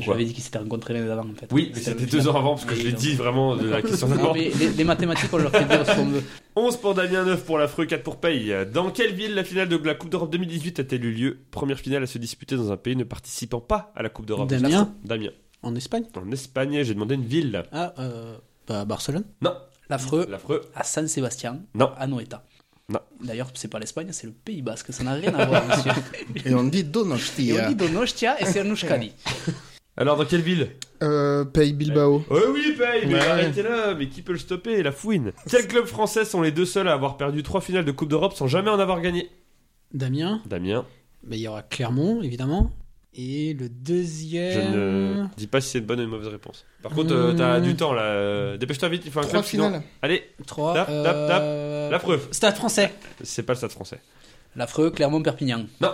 Speaker 4: J'avais dit qu'ils s'étaient rencontrés l'année d'avant en fait.
Speaker 5: Oui, mais c'était deux ans avant, parce que je l'ai dit vraiment de la question
Speaker 4: Non,
Speaker 5: d'avant.
Speaker 4: mais les, les mathématiques, on leur fait dire ce qu'on veut.
Speaker 5: 11 pour Damien, 9 pour l'affreux, 4 pour Paye. Dans quelle ville la finale de la Coupe d'Europe 2018 a-t-elle eu lieu Première finale à se disputer dans un pays ne participant pas à la Coupe d'Europe.
Speaker 6: Damien
Speaker 5: Damien.
Speaker 6: En Espagne
Speaker 5: En Espagne, j'ai demandé une ville.
Speaker 6: Ah, euh, bah, Barcelone.
Speaker 5: Non,
Speaker 4: L'affreux
Speaker 5: L'affreux.
Speaker 4: à San Sébastien,
Speaker 5: Non.
Speaker 4: à Noeta.
Speaker 5: Non.
Speaker 4: D'ailleurs, c'est pas l'Espagne, c'est le Pays Basque, ça n'a rien à voir, monsieur.
Speaker 3: Et on dit hein.
Speaker 4: Et on
Speaker 3: Donostia.
Speaker 4: dit Donostia et Cernushkani.
Speaker 5: Alors, dans quelle ville
Speaker 3: Euh, Pays Bilbao.
Speaker 5: Oh oui, paye, mais
Speaker 3: Ouais.
Speaker 5: arrêtez là, mais qui peut le stopper La fouine. Quels clubs français sont les deux seuls à avoir perdu trois finales de Coupe d'Europe sans jamais en avoir gagné
Speaker 6: Damien,
Speaker 5: Damien,
Speaker 6: bah, il y aura Clermont, évidemment. Et le
Speaker 5: je
Speaker 6: deuxième.
Speaker 3: Euh.
Speaker 5: ne dis pas si c'est une bonne ou une mauvaise réponse. Par contre, euh,
Speaker 6: Hmm.
Speaker 5: t'as du temps là. euh, Dépêche-toi vite, il faut un
Speaker 3: Trois
Speaker 5: club sinon-
Speaker 3: finales. Euh.
Speaker 5: Allez,
Speaker 6: 3.
Speaker 5: Tap, tap, tap. la preuve.
Speaker 6: euh, Stade français.
Speaker 5: C'est pas le stade français.
Speaker 4: L'affreux Clermont-Perpignan.
Speaker 5: Non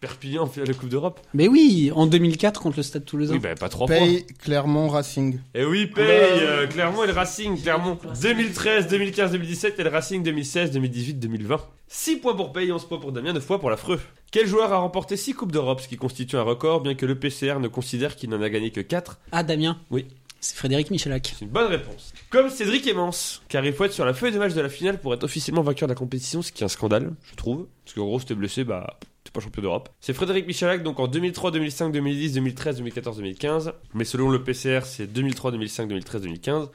Speaker 5: Perpignan fait la Coupe d'Europe
Speaker 6: Mais oui, en 2004 contre le Stade Toulousain.
Speaker 5: Oui, bah pas trois points.
Speaker 3: Pays Clermont Racing.
Speaker 5: Et Eh oui, paye euh, Clermont et le Racing. Clermont 2013, 2015, 2017 et le Racing 2016, 2018, 2020. 6 points pour Paye, 11 points pour Damien, 9 points pour l'affreux. Quel joueur a remporté 6 Coupes d'Europe, ce qui constitue un record, bien que le PCR ne considère qu'il n'en a gagné que 4
Speaker 6: Ah, Damien.
Speaker 5: Oui.
Speaker 6: C'est Frédéric Michelak.
Speaker 5: C'est une bonne réponse. Comme Cédric Emmance, car il faut être sur la feuille de match de la finale pour être officiellement vainqueur de la compétition, ce qui est un scandale, je trouve. Parce qu'en gros, si t'es blessé, bah, t'es pas champion d'Europe. C'est Frédéric Michalak, donc en 2003, 2005, 2010, 2013, 2014, 2015. Mais selon le PCR, c'est 2003, 2005, 2013, 2015.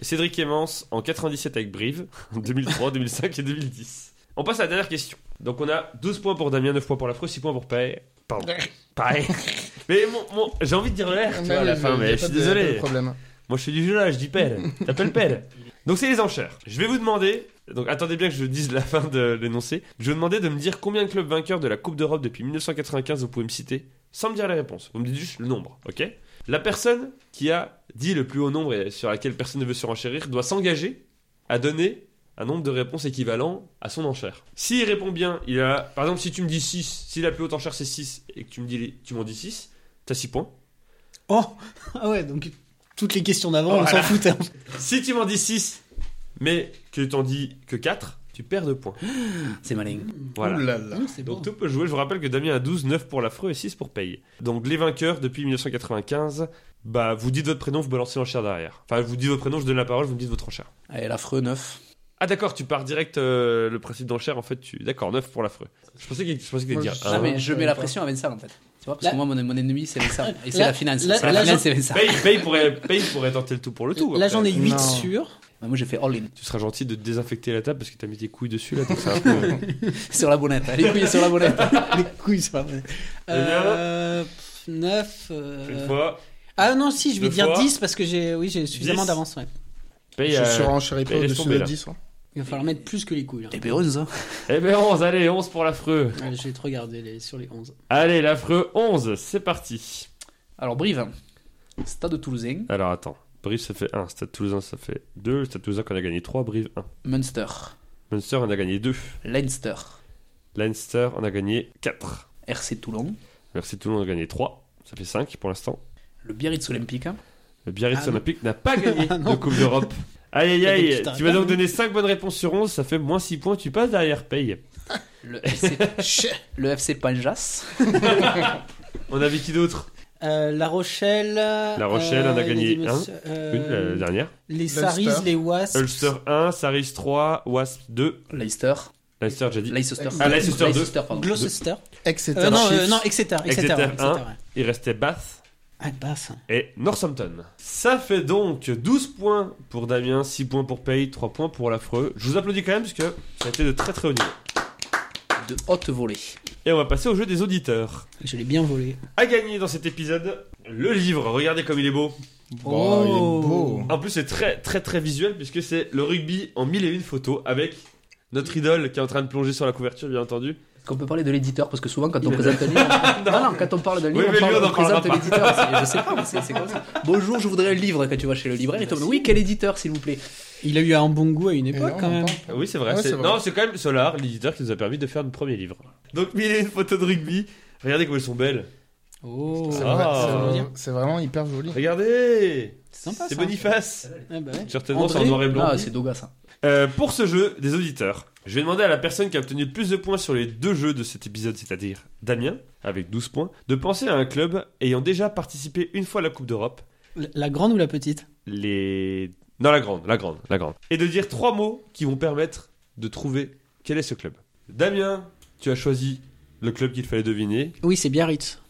Speaker 5: Et Cédric Emmance en 97 avec Brive, en 2003, 2005 et 2010. On passe à la dernière question. Donc on a 12 points pour Damien, 9 points pour l'Afro, 6 points pour Paye. Pardon. Paye. Mais mon, mon- j'ai envie de dire l'air, tu vois, à la fin, mais je suis désolé.
Speaker 3: problème.
Speaker 5: Moi, je fais du jeu là, je dis pelle. T'appelles pelle. Donc, c'est les enchères. Je vais vous demander. Donc, attendez bien que je dise la fin de l'énoncé. Je vais vous demander de me dire combien de clubs vainqueurs de la Coupe d'Europe depuis 1995 vous pouvez me citer, sans me dire les réponses. Vous me dites juste le nombre, ok La personne qui a dit le plus haut nombre et sur laquelle personne ne veut surenchérir doit s'engager à donner un nombre de réponses équivalent à son enchère. S'il répond bien, il a. Par exemple, si tu me dis 6, si la plus haute enchère c'est 6 et que tu me dis, les- tu m'en dis 6, t'as 6 points.
Speaker 6: Oh Ah ouais, donc toutes les questions d'avant, on
Speaker 5: Voilà.
Speaker 6: s'en hein. foutait.
Speaker 5: Si tu m'en dis 6, mais que t'en dis que 4, tu perds 2 points.
Speaker 4: C'est malin.
Speaker 5: Voilà.
Speaker 3: Ouh là là.
Speaker 6: Non, c'est
Speaker 5: Donc
Speaker 6: bon.
Speaker 5: tout peut jouer. Je vous rappelle que Damien a 12, 9 pour l'affreux et 6 pour paye. Donc les vainqueurs depuis 1995, bah vous dites votre prénom, vous balancez l'enchère derrière. Enfin, vous dites votre prénom, je donne la parole, vous me dites votre enchère.
Speaker 4: Allez, Eh, l'affreux 9.
Speaker 5: Ah d'accord, tu pars direct euh, le principe d'enchère en fait. Tu... D'accord, 9 pour l'affreux. Je pensais que je pensais que t'allais
Speaker 3: Moi,
Speaker 5: dire
Speaker 3: je-
Speaker 4: Ah,
Speaker 5: un.
Speaker 4: mais je mets la
Speaker 3: pas.
Speaker 4: pression à Vincent en fait. Tu vois, parce
Speaker 6: Là-
Speaker 4: que moi, mon, mon ennemi, c'est Vincent. Et c'est
Speaker 6: Là-
Speaker 4: la finance.
Speaker 6: là-
Speaker 4: C'est la
Speaker 6: là,
Speaker 4: finance,
Speaker 6: j'en-
Speaker 4: c'est Vincent.
Speaker 5: Paye, paye pourrait, paye pourrait tenter le tout pour le tout.
Speaker 6: Là,
Speaker 5: après.
Speaker 6: j'en ai 8
Speaker 3: Non.
Speaker 6: sur.
Speaker 4: Bah, moi, j'ai fait all-in
Speaker 5: Tu seras gentil de désinfecter la table parce que t'as mis tes couilles dessus là. donc c'est un peu-
Speaker 4: sur la bonnette. Les couilles sur la bonnette.
Speaker 6: les couilles, c'est pas vrai. Euh, 9.
Speaker 5: Une fois,
Speaker 6: Ah non, si, je vais
Speaker 5: deux
Speaker 6: dire
Speaker 5: fois.
Speaker 6: 10 parce que j'ai oui, j'ai suffisamment
Speaker 5: Dix.
Speaker 6: d'avance. ouais.
Speaker 5: paye.
Speaker 3: je
Speaker 5: euh,
Speaker 3: suis surenchéris pas
Speaker 5: et laisse
Speaker 3: au-dessus
Speaker 5: tomber,
Speaker 3: de
Speaker 5: là.
Speaker 3: 10. hein.
Speaker 6: Il va falloir mettre plus que les couilles. là.
Speaker 4: T'es péreuse, hein
Speaker 5: Eh ben 11, allez, 11 pour l'affreux.
Speaker 6: Ouais, je vais te regarder les- sur les 11.
Speaker 5: Allez, l'affreux 11, c'est parti.
Speaker 4: Alors, Brive, Stade Toulousain,
Speaker 5: Alors attends, Brive ça fait 1, Stade Toulousain ça fait 2, Stade Toulousain qu'on a gagné 3, Brive 1.
Speaker 4: Munster,
Speaker 5: Munster on a gagné 2,
Speaker 4: Leinster,
Speaker 5: Leinster on a gagné 4,
Speaker 4: RC Toulon,
Speaker 5: Merci Toulon on a gagné 3, ça fait 5 pour l'instant.
Speaker 4: le Biarritz Olympique,
Speaker 5: Le Biarritz
Speaker 6: Ah non.
Speaker 5: Olympique n'a pas gagné
Speaker 6: Ah non.
Speaker 5: de Coupe d'Europe. Aïe aïe
Speaker 6: Ah, donc tu
Speaker 5: aïe,
Speaker 6: t'arrêtes
Speaker 5: tu vas
Speaker 6: pas,
Speaker 5: donc
Speaker 6: non
Speaker 5: donner 5 bonnes réponses sur 11, ça fait moins 6 points, tu passes derrière paye.
Speaker 4: le FC, le FC Panjas,
Speaker 5: On avait qui d'autre
Speaker 6: Euh, la Rochelle. euh, La
Speaker 5: Rochelle, on a gagné Une, euh, la dernière.
Speaker 6: euh, les Saris, les Wasps.
Speaker 5: Ulster 1, Saris 3, Wasp 2,
Speaker 4: Leicester,
Speaker 5: Leinster j'ai dit.
Speaker 4: Leicester,
Speaker 5: Ah, Leicester deux.
Speaker 4: pardon.
Speaker 6: Gloucester.
Speaker 3: Etc.
Speaker 6: Euh, non, euh,
Speaker 3: Chiefs.
Speaker 6: non, etc. etc.
Speaker 5: Exeter,
Speaker 6: ouais, etc.
Speaker 5: un.
Speaker 6: ouais.
Speaker 5: Il restait Bath,
Speaker 6: Ah, basse.
Speaker 5: et Northampton. Ça fait donc 12 points pour Damien, 6 points pour Paye, 3 points pour l'affreux. Je vous applaudis quand même parce que ça a été de très très haut niveau.
Speaker 4: de haute volée.
Speaker 5: Et on va passer au jeu des auditeurs.
Speaker 6: Je l'ai bien volé.
Speaker 5: À gagner dans cet épisode, le livre. Regardez comme il est beau.
Speaker 3: Oh, il est
Speaker 6: Oh.
Speaker 3: beau.
Speaker 5: En plus, c'est très très très visuel puisque c'est le rugby en mille et une photos avec notre idole qui est en train de plonger sur la couverture, bien entendu.
Speaker 4: Est-ce qu'on peut parler de l'éditeur Parce que souvent, quand
Speaker 5: Il
Speaker 4: on
Speaker 5: a-
Speaker 4: présente un livre. non, non, quand on parle d'un
Speaker 5: Oui,
Speaker 4: livre,
Speaker 5: mais
Speaker 4: on, parle-
Speaker 5: lui, on en
Speaker 4: on présente
Speaker 5: parlera pas.
Speaker 4: l'éditeur. c'est- Je sais pas, mais c'est c'est comme ça. Bonjour, je voudrais un livre quand tu vas chez le libraire. Il te demande Oui, quel éditeur, s'il vous plaît
Speaker 6: Il a eu un bon goût à une
Speaker 3: Et
Speaker 6: époque
Speaker 3: là, on
Speaker 6: quand même.
Speaker 3: entend.
Speaker 5: Ah Oui, c'est vrai.
Speaker 3: Ouais,
Speaker 5: c'est-
Speaker 3: c'est vrai.
Speaker 5: Non, c'est quand même Solar, l'éditeur, qui nous a permis de faire le premier livre. Donc, mille et une photos de rugby. Regardez comme elles sont belles.
Speaker 6: Oh,
Speaker 3: C'est
Speaker 5: Ah.
Speaker 3: vrai-
Speaker 5: Ça
Speaker 3: c'est-
Speaker 5: veut
Speaker 6: dire-
Speaker 3: C'est vraiment hyper joli.
Speaker 5: Regardez
Speaker 6: c'est sympa.
Speaker 5: C'est
Speaker 6: ça.
Speaker 5: Boniface
Speaker 6: Ah, bah ouais.
Speaker 5: Certainement, c'est en
Speaker 6: André
Speaker 5: noir et blanc.
Speaker 4: Ah, c'est Doga, ça.
Speaker 5: Euh, pour ce jeu des auditeurs, je vais demander à la personne qui a obtenu le plus de points sur les deux jeux de cet épisode, c'est-à-dire Damien, avec 12 points, de penser à un club ayant déjà participé une fois à la Coupe d'Europe,
Speaker 6: La- La grande ou la petite
Speaker 5: les... Non, la grande, la grande, la grande. Et de dire trois mots qui vont permettre de trouver quel est ce club. Damien, tu as choisi le club qu'il fallait deviner.
Speaker 6: Oui, c'est Biarritz.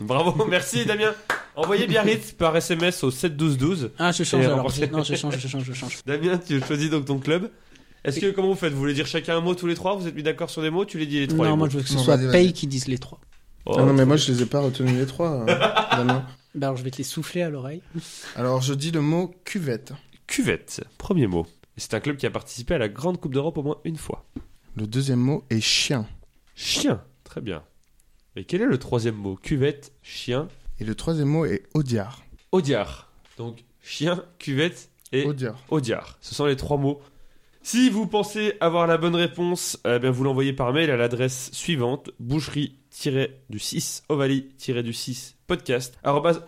Speaker 5: Bravo, merci Damien Envoyez Biarritz par SMS au 71212.
Speaker 6: Ah, je change
Speaker 5: Et
Speaker 6: alors.
Speaker 5: remporter.
Speaker 6: Non, je change, je change, je change.
Speaker 5: Damien, tu choisis donc ton club. Est-ce que comment vous faites Vous voulez dire chacun un mot tous les trois Vous êtes mis d'accord sur des mots Tu les dis les trois
Speaker 6: non,
Speaker 5: les
Speaker 6: moi
Speaker 5: mots.
Speaker 6: je veux que ce
Speaker 3: Non,
Speaker 6: soit
Speaker 3: vas-y, vas-y.
Speaker 6: Paye qui dise les trois.
Speaker 5: Oh,
Speaker 3: Ah non, mais moi je les ai pas retenus les trois. euh, Damien.
Speaker 6: Bah, alors je vais te les souffler à l'oreille.
Speaker 3: Alors je dis le mot cuvette.
Speaker 5: Cuvette, premier mot. C'est un club qui a participé à la Grande Coupe d'Europe au moins une fois.
Speaker 3: Le deuxième mot est chien.
Speaker 5: Chien, très bien. Et quel est le troisième mot Cuvette, chien,
Speaker 3: Et le troisième mot est odiard.
Speaker 5: odiard. Donc chien, cuvette et
Speaker 3: Odiard.
Speaker 5: Audiard. Ce sont les trois mots. Si vous pensez avoir la bonne réponse, eh bien, vous l'envoyez par mail à l'adresse suivante boucherie-du-6 ovalie-du-6 podcast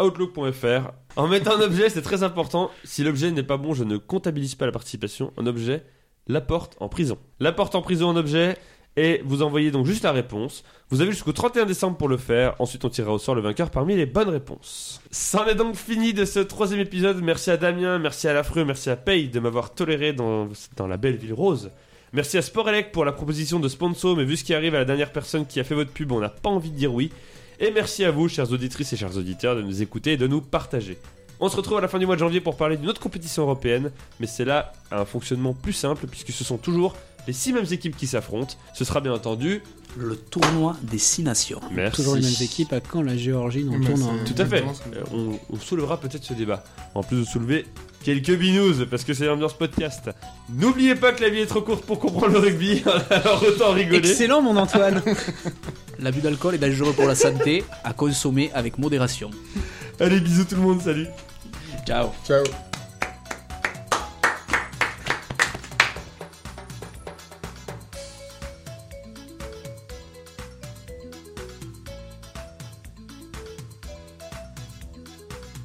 Speaker 5: outlook.fr. En mettant un objet, c'est très important. Si l'objet n'est pas bon, je ne comptabilise pas la participation. Un objet, la porte en prison. La porte en prison en objet. Et vous envoyez donc juste la réponse. Vous avez jusqu'au 31 décembre pour le faire. Ensuite, on tirera au sort le vainqueur parmi les bonnes réponses. C'en est donc fini de ce troisième épisode. Merci à Damien, merci à l'affreux, merci à Paye de m'avoir toléré dans, dans la belle ville rose. Merci à Sporelec pour la proposition de sponsor, mais vu ce qui arrive à la dernière personne qui a fait votre pub, on n'a pas envie de dire oui. Et merci à vous, chères auditrices et chers auditeurs, de nous écouter et de nous partager. On se retrouve à la fin du mois de janvier pour parler d'une autre compétition européenne, mais c'est là un fonctionnement plus simple puisque ce sont toujours les six mêmes équipes qui s'affrontent. Ce sera bien entendu.
Speaker 4: Le tournoi des six nations.
Speaker 5: Merci.
Speaker 6: Toujours les mêmes équipes. À quand la Géorgie dans le
Speaker 3: Mais
Speaker 6: tournoi
Speaker 3: c'est-
Speaker 5: Tout à fait.
Speaker 3: Exactement ce que-
Speaker 5: Euh, on, on soulevera peut-être ce débat. En plus de soulever quelques binous, parce que c'est l'ambiance podcast. N'oubliez pas que la vie est trop courte pour comprendre le rugby, alors autant rigoler.
Speaker 6: Excellent, mon Antoine.
Speaker 4: L'abus d'alcool est dangereux pour la santé, à consommer avec modération.
Speaker 5: Allez, bisous tout le monde, salut
Speaker 4: Ciao.
Speaker 3: Ciao.